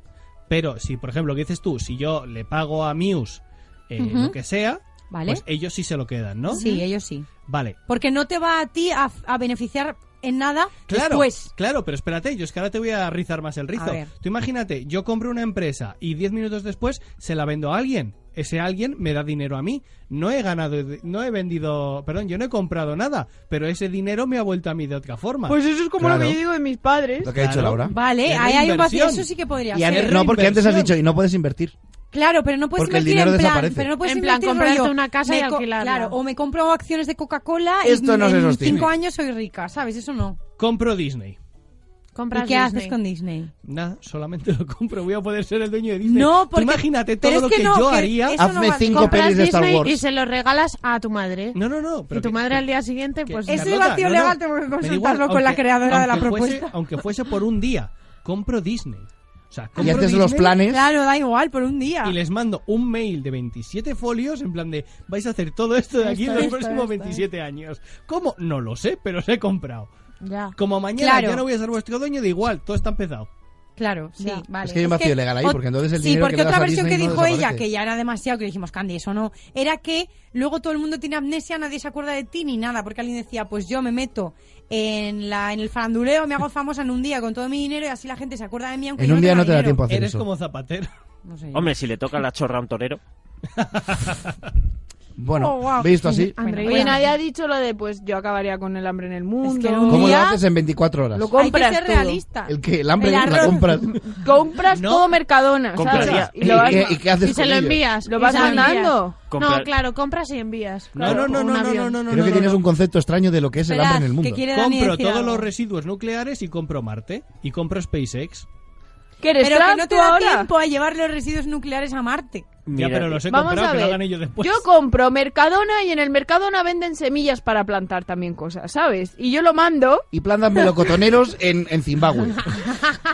B: Pero si, por ejemplo, lo que dices tú, si yo le pago a Muse eh,
L: Ujú.
B: lo que sea,
L: ¿Vale?
B: pues ellos sí se lo quedan, ¿no?
L: Sí, ellos sí.
B: Vale.
L: Porque no te va a ti a, a beneficiar en nada
B: Claro,
L: después.
B: claro, pero espérate, yo es que ahora te voy a rizar más el rizo.
L: A ver.
B: Tú imagínate, yo compro una empresa y 10 minutos después se la vendo a alguien. Ese alguien me da dinero a mí. No he ganado, no he vendido, perdón, yo no he comprado nada, pero ese dinero me ha vuelto a mí de otra
N: [LAUGHS]
B: forma.
N: Pues eso es como lo
A: Claro.
N: que yo digo de mis padres.
A: Lo que ha dicho
B: Claro.
A: Laura.
L: Vale,
B: Es
L: ahí hay un vacío.
B: reinversión.
L: Eso sí que podría
B: Y
L: ser.
B: antes-
A: No, porque antes has
B: Reinversión.
A: dicho, y no puedes invertir.
L: Claro, pero no puedes
A: Porque el
L: invertir
A: dinero
L: en plan.
A: desaparece.
L: Pero no puedes
M: En plan,
L: invertir
M: comprarte
L: rollo,
M: una casa
L: me
M: y
L: co-
M: alquilarla.
L: Claro, o me compro acciones de Coca-Cola
A: Esto
L: y
A: no se
L: en
A: sostiene.
L: cinco años soy rica, ¿sabes? Eso no.
B: Compro Disney.
M: Compras
L: ¿Y qué
M: Disney.
L: haces con Disney?
B: Nada, solamente lo compro, voy a poder ser el dueño de Disney.
L: No,
B: Tú
L: porque-
B: imagínate
L: pero
B: todo
L: es
B: lo que,
L: que no,
B: yo
L: que
B: haría.
L: eso
A: Hazme
L: no va-
A: cinco
M: Compras
A: pelis de Star
M: Disney y
A: Wars.
M: se lo regalas a tu madre.
B: No, no, no. Pero
M: y tu
B: que-
M: madre al día siguiente,
B: que-
M: pues...
L: Ese
B: Carlota,
L: vacío legal tengo que
B: me da
L: consultarlo
B: igual,
L: con la creadora de la
B: aunque fuese-
L: propuesta.
B: aunque fuese por un día, compro Disney. O sea,
A: Y
B: compro
A: haces los
B: Disney
A: planes.
L: Claro, da igual, por un día.
B: y les mando un mail de 27 folios en plan de vais a hacer todo esto de aquí en los
M: esto,
B: próximos
M: esto,
L: ¿eh?
B: 27 años. ¿Cómo? No lo sé, pero os he comprado.
M: Ya.
B: Como mañana
L: Claro.
B: ya no voy a ser vuestro dueño, de igual, todo está empezado.
L: Claro, sí,
M: Ya.
L: vale.
A: Es que hay un vacío legal ahí,
L: ot-
A: porque entonces el
L: Sí,
A: dinero que
L: porque
A: le das
L: otra
A: a
L: versión
A: Disney
L: que
A: no
L: dijo ella,
A: desaparece.
L: que ya era demasiado, que dijimos, Candy, eso no, era que luego todo el mundo tiene amnesia, nadie se acuerda de ti ni nada, porque alguien decía, pues yo me meto en, la, en el faranduleo, me hago famosa en un día con todo mi dinero y así la gente se acuerda de mí aunque
A: En
L: yo
A: un día
L: tenga
A: no te da
L: dinero".
A: tiempo a hacer
B: Eres
A: eso.
B: como
L: [LAUGHS]
B: Zapatero.
L: No sé yo.
D: Hombre, si le toca la chorra a un torero.
L: Oh,
A: Bueno,
L: wow.
A: visto así,
M: Andrea,
N: Oye, nadie ha dicho lo de, pues yo acabaría con el hambre en el mundo.
L: que en un
A: ¿cómo lo
L: día-
A: haces en 24 horas?
N: Lo
L: Hay
N: compras
L: que ser
N: todo.
L: realista.
A: El que el hambre
L: El
A: la
L: arroz.
A: compras.
N: Compras
B: No.
N: todo Mercadona, ¿sabes?
D: Compraría-
A: ¿Y,
N: Y lo vas,
A: qué, y qué haces
M: Y se
A: con
M: lo
A: ello?
M: envías.
N: lo
M: y
N: vas
M: se envías.
N: mandando.
D: Comprar-
M: No, claro, compras y envías.
B: No, no, no,
M: Un
B: no, no,
M: avión.
B: no, no, no.
A: Creo que
B: no,
A: tienes
B: no.
A: un concepto extraño de lo que es el hambre en el
L: Esperad,
A: mundo.
L: que quiere Dani
B: Compro
L: decir
B: todos
L: algo.
B: los residuos nucleares y compro Marte. Y compro SpaceX.
N: ¿Qué eres
L: Pero que
N: Trump
L: no
N: tú
L: te da
N: ahora?
L: tiempo a llevar los residuos nucleares a Marte.
D: Mira,
B: ya, pero los he
N: Vamos
B: comprado,
N: a
B: que lo
N: ver.
B: hagan ellos después.
N: Yo compro Mercadona y en el Mercadona venden semillas para plantar también cosas, ¿sabes? Y yo lo mando,
A: Y plantan melocotoneros en,
N: [LAUGHS]
A: en Zimbabue.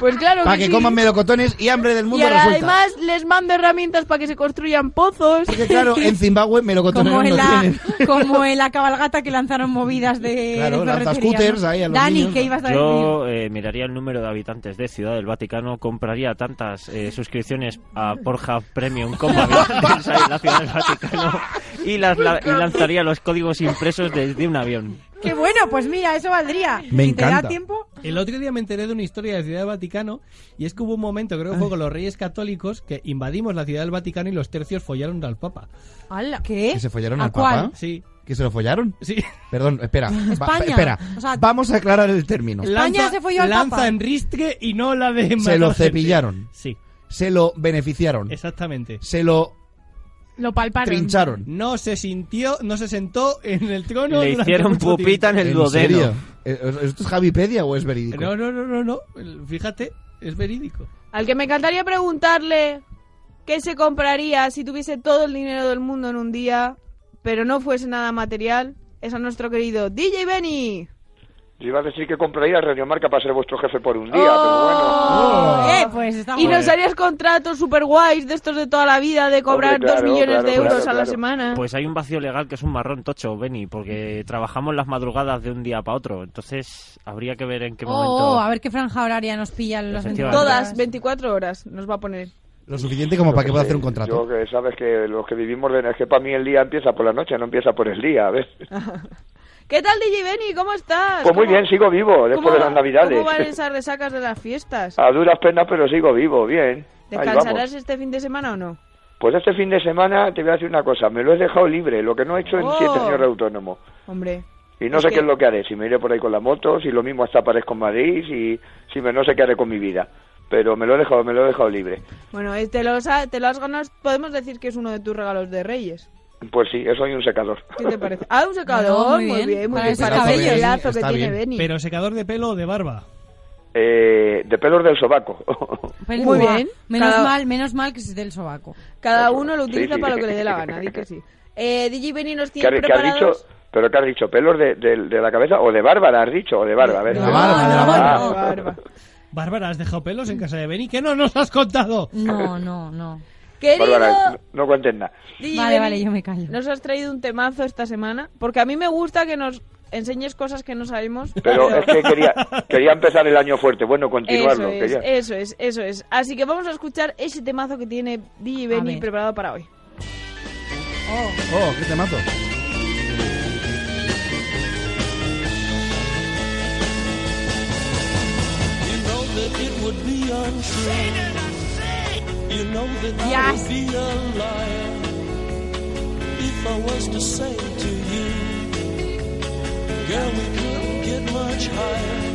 N: pues claro
A: [LAUGHS] para
N: que,
A: que
N: sí.
A: coman melocotones y hambre del
N: Y
A: mundo
N: ahora
A: resulta.
N: además les mando herramientas para que se construyan pozos.
A: Porque claro, en Zimbabue
L: Como
A: melocotoneros
L: en,
A: no
L: la,
A: tienen.
L: [LAUGHS] como en la cabalgata que lanzaron movidas de
A: Claro,
L: de
A: lanza
L: ferretería,
A: scooters
L: ¿no?
A: ahí a los
L: Dani,
A: niños.
L: ¿qué ibas a decir?
D: Yo eh, miraría el número de habitantes de Ciudad del Vaticano, compraría tantas eh, suscripciones a Porja Premium como habitantes hay en la Ciudad del Vaticano y, las, la- y lanzaría los códigos impresos desde un avión.
L: Qué bueno, pues mira, eso valdría.
A: [LAUGHS] Me
L: si te da
A: encanta.
L: tiempo,
B: El otro día me enteré de una historia de Ciudad del Vaticano y es que hubo un momento, creo que
A: Ah.
B: fue con los reyes católicos, que invadimos la Ciudad del Vaticano y los tercios follaron al Papa.
L: ¿Qué?
A: ¿Que se follaron
L: ¿A
A: al
L: cuál?
A: Papa?
B: Sí.
A: ¿Que se lo follaron?
B: Sí.
A: Perdón, espera. va-
L: España.
A: espera.
L: O sea-
A: Vamos a aclarar el término.
L: España se folló al
B: lanza
L: Papa.
B: en ristre y no la de
A: Se lo
B: Manolo Cervi.
A: cepillaron.
B: Sí.
A: Se lo beneficiaron.
B: Exactamente.
A: Se lo
S: Lo palparon.
A: trincharon.
B: No se sintió, no se sentó en el trono.
D: Le
B: durante
D: hicieron
B: mucho
D: pupita en
B: tiempo.
D: el duodeno.
A: serio? ¿E- ¿Esto es Javipedia o es verídico?
B: No, no, no, no, no. Fíjate, es verídico.
J: Al que me encantaría preguntarle qué se compraría si tuviese todo el dinero del mundo en un día, pero no fuese nada material, es a nuestro querido DJ Benny.
T: Yo iba a decir que compraría a Radiomarca para ser vuestro jefe por un día,
J: Oh.
A: Oh.
L: Eh, pues estamos...
J: Y nos harías contratos super guays de estos de toda la vida de cobrar
D: Hombre, claro,
J: dos millones
D: claro,
J: de
D: claro,
J: euros a la
D: claro.
J: semana.
D: Pues hay un vacío legal que es un marrón tocho, Benny, porque trabajamos las madrugadas de un día para otro. Entonces, habría que ver en qué
L: Oh,
D: momento.
L: oh, a ver qué franja horaria nos pillan los
D: Efectivamente.
J: Todas, 24 horas nos va a poner.
A: Lo suficiente como para que pueda hacer un
T: pero bueno,
A: contrato.
T: yo que sabes que los que vivimos de es que para mí el día empieza por la noche, no empieza por el día, a ver.
J: Ah, ¿Qué tal, DJ Benny? ¿Cómo estás?
T: Pues muy
J: ¿Cómo-
T: bien, sigo vivo después de las Navidades.
J: ¿Cómo van esas resacas de
T: [LAUGHS]
J: las fiestas?
T: A duras penas, pero sigo vivo, bien. Ahí
J: ¿Descansarás
T: vamos.
J: este fin de semana o no?
T: Pues este fin de semana te voy a decir una cosa, me lo he dejado libre, lo que no he hecho en
J: Oh.
T: siete años de autónomo.
J: Hombre.
T: Y no
J: Es
T: sé
J: que-
T: qué es lo que haré, si me iré por ahí con la moto, si lo mismo hasta aparezco en Madrid, si, si me, no sé qué haré con mi vida. Pero me lo he dejado, me lo he dejado libre.
J: Bueno, eh, te lo, sa- te lo has ganado, podemos decir que es uno de tus regalos de Reyes.
T: Pues sí, eso y un secador. [LAUGHS]
J: ¿Qué te parece? Ah, un secador,
B: No,
J: muy,
B: muy
J: bien,
B: bien.
J: muy
B: Para
J: bien.
B: ese
J: Para el
B: cabello,
J: pelazo que
B: está
J: tiene
B: bien.
J: Benny.
B: Pero secador de pelo o de barba.
T: Eh, de pelos del sobaco. [LAUGHS]
L: Pero
J: Muy
L: guau,
J: bien.
L: Pues Menos
J: Cada-
L: mal, menos mal que se dé el sobaco.
J: Cada uno lo utiliza
T: sí.
J: para lo que le dé la gana, di que sí. Eh, DJ Benny nos
T: ¿Qué,
J: tiene
T: ha- qué has dicho?
J: preparados...
T: ¿Pero qué has dicho? ¿Pelos de, de- de la cabeza o de Bárbara has dicho? ¿O de barba? A ver.
B: No, barba, de la
T: Ah,
B: barba. Bárbara, ¿has dejado pelos en casa de Benny? ¿Qué no nos has contado?
L: No, no, no.
T: Bárbara, no- no cuentes nada.
J: DJ
L: Vale,
J: Benny,
L: vale, yo me callo.
J: Nos has traído un temazo esta semana, porque a mí me gusta que nos enseñes cosas que no sabemos.
T: Pero es que quería, quería empezar el año fuerte. Bueno,
J: Eso
T: continuarlo.
J: es,
T: quería.
J: eso es, eso es. Así que vamos a escuchar ese temazo que tiene DJ Benny
A: ver.
J: preparado para hoy.
A: Oh, qué temazo.
U: You know that it would be untrue. You know that I
L: Yes.
U: would be a liar if I was to say to you, girl, we couldn't get much higher.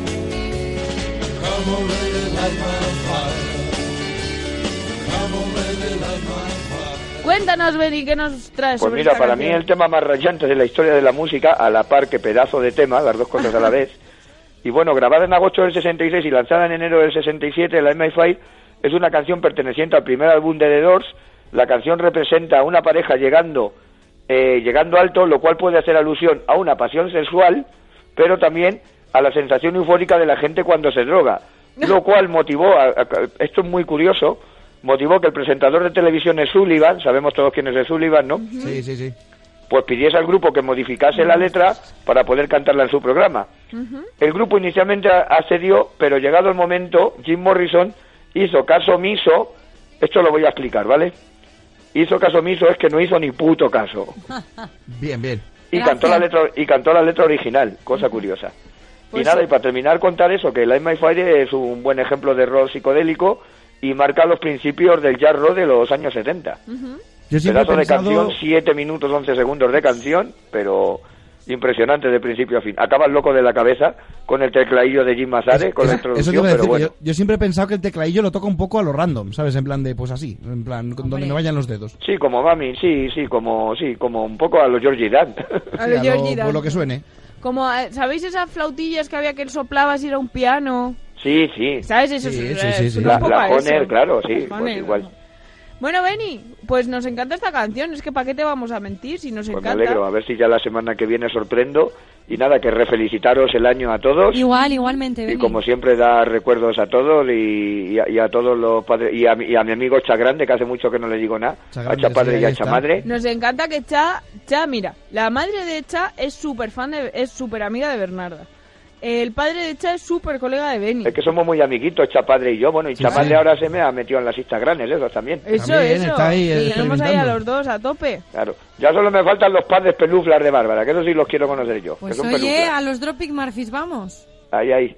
U: Come on, baby, light my fire. Come on, baby, light my fire.
J: Cuéntanos, Benny, ¿qué nos traes
T: Pues
J: sobre
T: mira,
J: esta
T: para mí
J: canción?
T: el tema más rayante de la historia de la música, a la par que pedazo de tema, las dos cosas a la vez. Y bueno, grabada en agosto del 66 y lanzada en enero del 67, la MI5 es una canción perteneciente al primer álbum de The Doors. La canción representa a una pareja llegando, eh, llegando alto, lo cual puede hacer alusión a una pasión sexual, pero también a la sensación eufórica de la gente cuando se
J: [LAUGHS]
T: droga. Lo cual motivó, a- a- esto es muy curioso, motivó que el presentador de televisión es Sullivan, sabemos todos quién es el Sullivan, ¿no?
A: Sí, sí, sí.
T: pues pidiese al grupo que modificase la letra para poder cantarla en su programa. El grupo inicialmente a- accedió, pero llegado el momento, Jim Morrison hizo caso omiso, esto lo voy a explicar, ¿vale? Hizo caso omiso, es que no hizo ni puto caso.
A: Bien, bien.
T: Y cantó la letra y cantó la letra original, cosa curiosa.
A: Pues
T: y nada,
A: sí.
T: y para terminar contar eso, que Light My Fire es un buen ejemplo de rock psicodélico y marca los principios del jazz rock de los años 70.
A: Yo siempre he
T: Pedazo
A: pensado...
T: de canción, 7 minutos 11 segundos de canción, pero impresionante de principio a fin. Acabas loco de la cabeza con el teclaillo de Jim Mazare, con la
A: Eso te iba a
T: introducción,
A: decir,
T: pero
A: que
T: bueno.
A: yo, yo siempre he pensado que el tecladillo lo toca un poco a lo random, ¿sabes? En plan de, pues así, en plan, con donde me vayan los dedos.
T: Sí, como Mami, sí, sí, como sí, como un poco a los Georgie Dan.
J: A lo
A: Sí,
J: Georgie Dan.
A: Por lo que suene.
J: Como, eh, ¿sabéis esas flautillas que había que soplabas y era un piano?
T: [LAUGHS] Sí, sí.
J: ¿Sabes? Eso
T: sí,
J: es-
T: sí,
J: eh,
T: sí, sí.
J: suena
T: La,
J: un poco
T: la
J: a eso.
T: Conner, claro, sí,
J: Conner.
T: pues igual.
J: Bueno, Benny, pues nos encanta esta canción. Es que ¿para qué te vamos a mentir si nos
T: Pues me
J: encanta?
T: alegro, a ver si ya la semana que viene sorprendo. Y nada, que refelicitaros el año a todos.
L: Igual, igualmente,
T: Y
L: Beni.
T: como siempre, dar recuerdos a todos y, y a, y a todos los padres. Y a, mi- y a mi amigo Chagrande, que hace mucho que no le digo nada. A
A: Chagrande,
T: Chapadre
A: sí,
T: y a
A: ahí está.
T: Chamadre.
J: Nos encanta que Cha, Cha, mira, la madre de Cha es súper fan de, es súper amiga de Bernarda. El padre de Cha es súper colega de Benny.
T: Es que somos muy amiguitos, Chapadre y yo. Bueno, y Chapadre
A: sí.
T: ahora se me ha metido en las Instagrames, eso también. eh,
J: Eso, eso. Sí, tenemos ahí a los dos a tope.
T: Claro. Ya solo me faltan los padres peluflas de Bárbara, que eso sí los quiero conocer yo. que
L: Pues
T: son
L: oye,
T: peluflas.
L: a los Dropic Murphys vamos.
T: Ahí, ahí.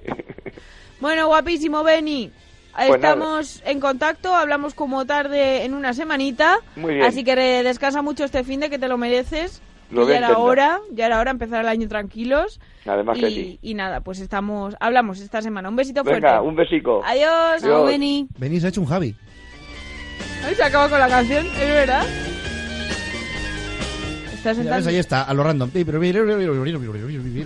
J: Bueno, guapísimo, Beni.
T: Pues
J: Estamos en contacto, hablamos como tarde en una semanita.
T: Muy bien.
J: Así que re- descansa mucho este fin de que te lo mereces.
T: Lo
J: Que
T: voy a
J: ya era
T: intentar.
J: hora, ya era hora empezar el año tranquilos.
T: Además que a
J: y,
T: ti.
J: y nada, pues estamos, hablamos esta semana. Un besito fuerte.
T: Venga, un besico.
J: Adiós,
T: Adiós. Chao,
J: Beni.
A: Venís, ha hecho un Javi.
J: Ay, se acaba con la canción, es verdad. Estás
A: Ya ves,
J: sentando.
A: ahí está, a lo random.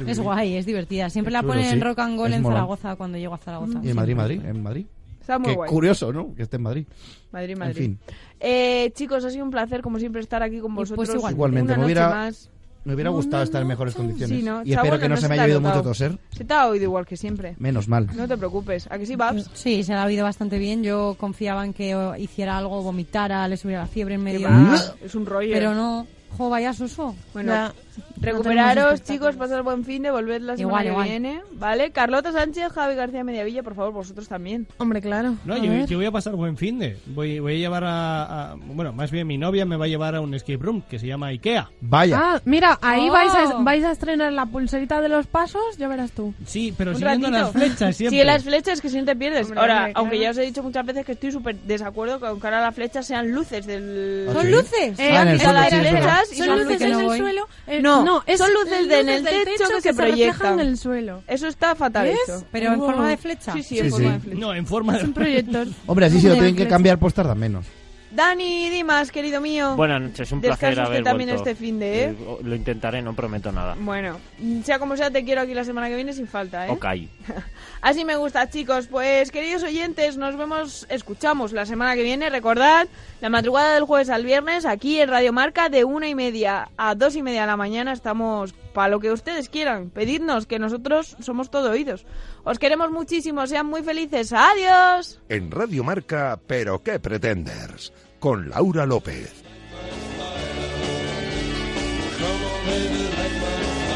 L: Es guay, es divertida. Siempre la
A: Chulo,
L: ponen en
A: sí.
L: Rock and Gold
A: Es
L: en
A: mola.
L: Zaragoza cuando llego a Zaragoza.
A: Y en Madrid, Madrid, en Madrid.
J: Está muy
A: Qué
J: guay.
A: curioso, ¿no? Que esté en Madrid.
J: Madrid,
A: En
J: Madrid.
A: fin.
J: Eh, chicos, ha sido un placer, como siempre, estar aquí con vosotros.
A: igualmente. Igualmente,
J: Una
A: me
J: noche
A: hubiera-
J: más.
A: Me hubiera gustado estar en mejores condiciones.
J: Sí, ¿no?
A: Y
J: Está
A: espero
J: bueno,
A: que no, se me
J: te
A: haya
J: ha
A: oído mucho
J: notado. Ah.
A: toser.
J: Se te ha oído igual que siempre.
A: Menos mal.
J: No te preocupes. ¿A que sí, Babs?
L: Mm, Sí, se la ha oído bastante bien. Yo confiaba en que oh, hiciera algo, vomitara, le subiera la fiebre en medio.
J: va, es un rollo.
L: Pero no. Jo, vaya suso.
J: Bueno,
L: Ya.
J: recuperaros,
L: No tenemos
J: chicos, pasad buen fin de, volved la semana
L: Igual,
J: que
L: igual.
J: viene. ¿Vale? Carlota Sánchez, Javi García Mediavilla, por favor, vosotros también.
M: Hombre, claro.
B: No, yo, yo voy a pasar buen fin de. Voy, voy a llevar a, a- Bueno, más bien mi novia me va a llevar a un escape room que se llama Ikea.
A: Vaya.
M: Ah, mira, ahí
L: Oh.
M: vais, a, vais a estrenar la pulserita de los
A: ¿Ah,
M: pasos, ya verás tú.
B: Sí, pero
J: Un
B: siguiendo
J: ratito.
B: las
J: [LAUGHS]
B: flechas siempre.
J: Sí, las flechas que siempre pierdes.
M: Hombre,
J: Ahora,
M: hombre,
J: aunque
M: claro.
J: ya os he dicho muchas veces que estoy súper desacuerdo con que ahora las flechas sean luces del...
A: ¿Ah, ¿Son sí? luces? Ah, en el
J: quitado
A: suelo,
J: las
A: sí, es verdad.
J: flechas y
M: Eh, Son luces en el suelo. eh,
J: no,
M: es-
J: son luces,
M: es
J: de en el techo, que, se, proyectan.
M: reflejan en el suelo.
J: Eso está fatal
M: ¿Ves?
J: hecho.
L: Pero en
M: Wow.
L: forma de flecha.
J: Oh. Sí, sí, en
A: Sí,
J: forma
A: sí.
J: de flecha.
B: No, en forma de...
M: Son proyectos.
A: Hombre, así si lo tienen que cambiar, pues tardan menos.
J: Dani Dimas, querido mío.
D: Buenas noches, un
J: Descansa
D: placer
J: usted
D: haber
J: también
D: vuelto.
J: este fin de, ¿eh?
D: Eh, Lo intentaré, no prometo nada.
J: Bueno, sea como sea, te quiero aquí la semana que viene sin falta, ¿eh?
D: Ok.
J: Así me gusta, chicos. Pues, queridos oyentes, nos vemos, escuchamos la semana que viene. Recordad, la madrugada del jueves al viernes, aquí en Radio Marca, de una y media a dos y media de la mañana, estamos para lo que ustedes quieran. Pedidnos, que nosotros somos todo oídos. Os queremos muchísimo, sean muy felices. ¡Adiós!
I: En Radio Marca, pero qué pretenders, con Laura López.
C: Come on, baby, light my fire.